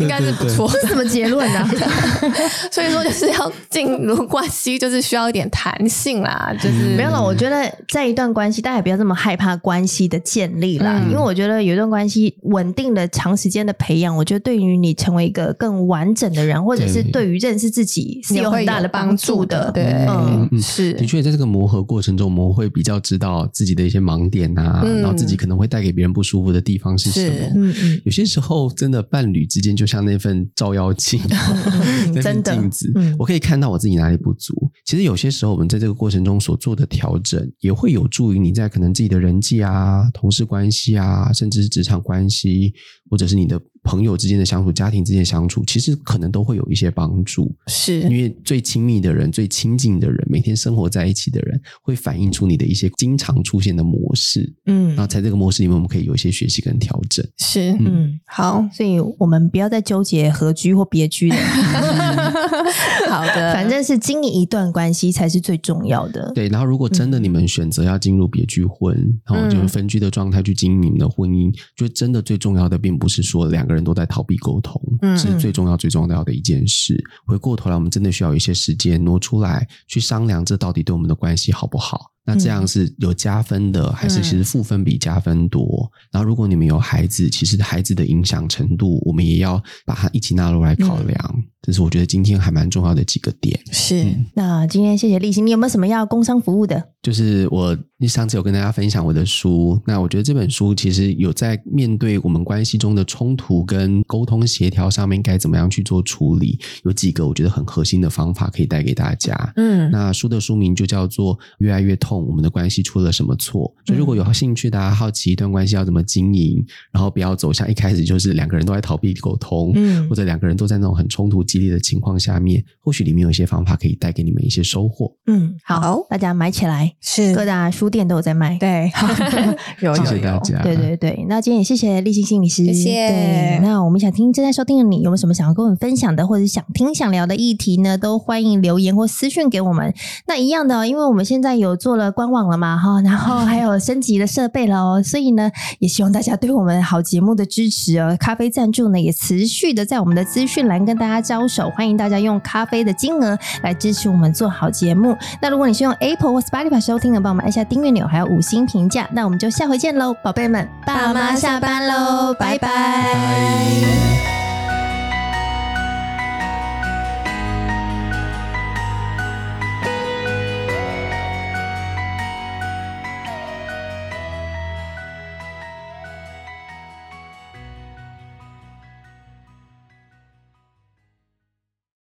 Speaker 2: 应该是不错的。
Speaker 1: 这什么结论啊呢、
Speaker 2: 所以说就是要进入关系，就是需要一点弹性啦，
Speaker 3: 嗯
Speaker 2: 就是
Speaker 1: 没有了，我觉得在一段关系，大家也不要这么害怕关系的建立啦，
Speaker 2: 嗯
Speaker 1: 因为我觉得有一段关系稳定的长时间的培养，我觉得对于你成为一个更完整的人，或者是
Speaker 3: 对
Speaker 1: 对于认识自己是
Speaker 2: 也
Speaker 1: 有
Speaker 2: 会
Speaker 1: 很大
Speaker 2: 有
Speaker 1: 的帮助的。
Speaker 2: 的。对，
Speaker 1: 嗯
Speaker 3: 嗯
Speaker 2: 是
Speaker 3: 的确，在这个磨合过程中，我们会比较知道自己的一些盲点啊，
Speaker 2: 嗯
Speaker 3: 然后自己可能会带给别人不舒服的地方是什
Speaker 2: 是
Speaker 3: 么。
Speaker 1: 嗯嗯
Speaker 3: 有些时候，真的伴侣之间就像那份照妖镜，
Speaker 1: 嗯 真
Speaker 3: 那份
Speaker 1: 的
Speaker 3: 镜子
Speaker 1: 嗯，
Speaker 3: 我可以看到我自己哪里不足。其实有些时候，我们在这个过程中所做的调整，也会有助于你在可能自己的人际啊、同事关系啊，甚至是职场关系，或者是你的朋友之间的相处、家庭之间的相处，其实可能都会有一些帮助。因
Speaker 2: 是，
Speaker 3: 为最亲密的人、最亲近的人，每天生活在一起的人，会反映出你的一些经常出现的模式，
Speaker 1: 嗯
Speaker 3: 然后在这个模式里面，我们可以有一些学习跟调整。
Speaker 2: 是，
Speaker 1: 嗯，
Speaker 2: 好
Speaker 1: 所以我们不要再纠结合居或别 居了，
Speaker 2: 好的，
Speaker 1: 反正是经营一段关系才是最重要的。
Speaker 3: 对，然后如果真的你
Speaker 2: 嗯
Speaker 3: 们选择要进入别居婚，然后就是分居的状态去经营你的婚姻，就真的最重要的，并不是说两个人都在逃避沟通，
Speaker 2: 嗯
Speaker 3: 是最重要最重要的一件事。回过头来，我们真的需要有一些时间挪出来，去商量这到底对我们的关系好不好。那
Speaker 2: 嗯
Speaker 3: 这样是有加分的，还是其实负分比加分多？然后，如果你们有孩子，其实孩子的影响程度，我们也要把它一起纳入来考
Speaker 2: 嗯
Speaker 3: 量。这是我觉得今天还蛮重要的几个点。
Speaker 2: 是
Speaker 3: 嗯
Speaker 1: 那今天谢谢立新，你有没有什么要工商服务的？
Speaker 3: 就是我上次有跟大家分享我的书，那我觉得这本书其实有在面对我们关系中的冲突跟沟通协调上面该怎么样去做处理，有几个我觉得很核心的方法可以带给大家。
Speaker 2: 嗯，
Speaker 3: 那书的书名就叫做《越爱越痛》，我们的关系出了什么错？所以如果有兴趣的、啊，好奇一段关系要怎么经营，然后不要走向一开始就是两个人都在逃避沟通，
Speaker 1: 嗯
Speaker 3: 或者两个人都在那种很冲突激烈的情况下面，或许里面有一些方法可以带给你们一些收获。
Speaker 1: 嗯，
Speaker 2: 好
Speaker 1: 好，嗯大家买起来，
Speaker 2: 是
Speaker 1: 各大书店都有在卖。
Speaker 2: 对，哦有
Speaker 3: 谢
Speaker 2: 有
Speaker 3: 谢大
Speaker 2: 有，
Speaker 3: 家，
Speaker 1: 对对对，那今天也谢谢立新心理师，
Speaker 2: 谢谢
Speaker 1: 对，那我们想听正在收听的你，有没有什么想要跟我们分享的，或者是想听想聊的议题呢？都欢迎留言或私讯给我们。那一样的哦，因为我们现在有做了官网了嘛，哈，然后还有升级的设备了哦，所以呢，也希望大家对我们好节目的支持哦。咖啡赞助呢，也持续的在我们的资讯栏跟大家招手，欢迎大家用咖啡的金额来支持我们做好节目。那如果你是用 Apple 或 Spotify 收听的，帮我们按下订阅钮，还有五星评价。那我们就下回见喽，宝贝们，
Speaker 2: 爸妈下班喽拜拜
Speaker 3: 拜拜。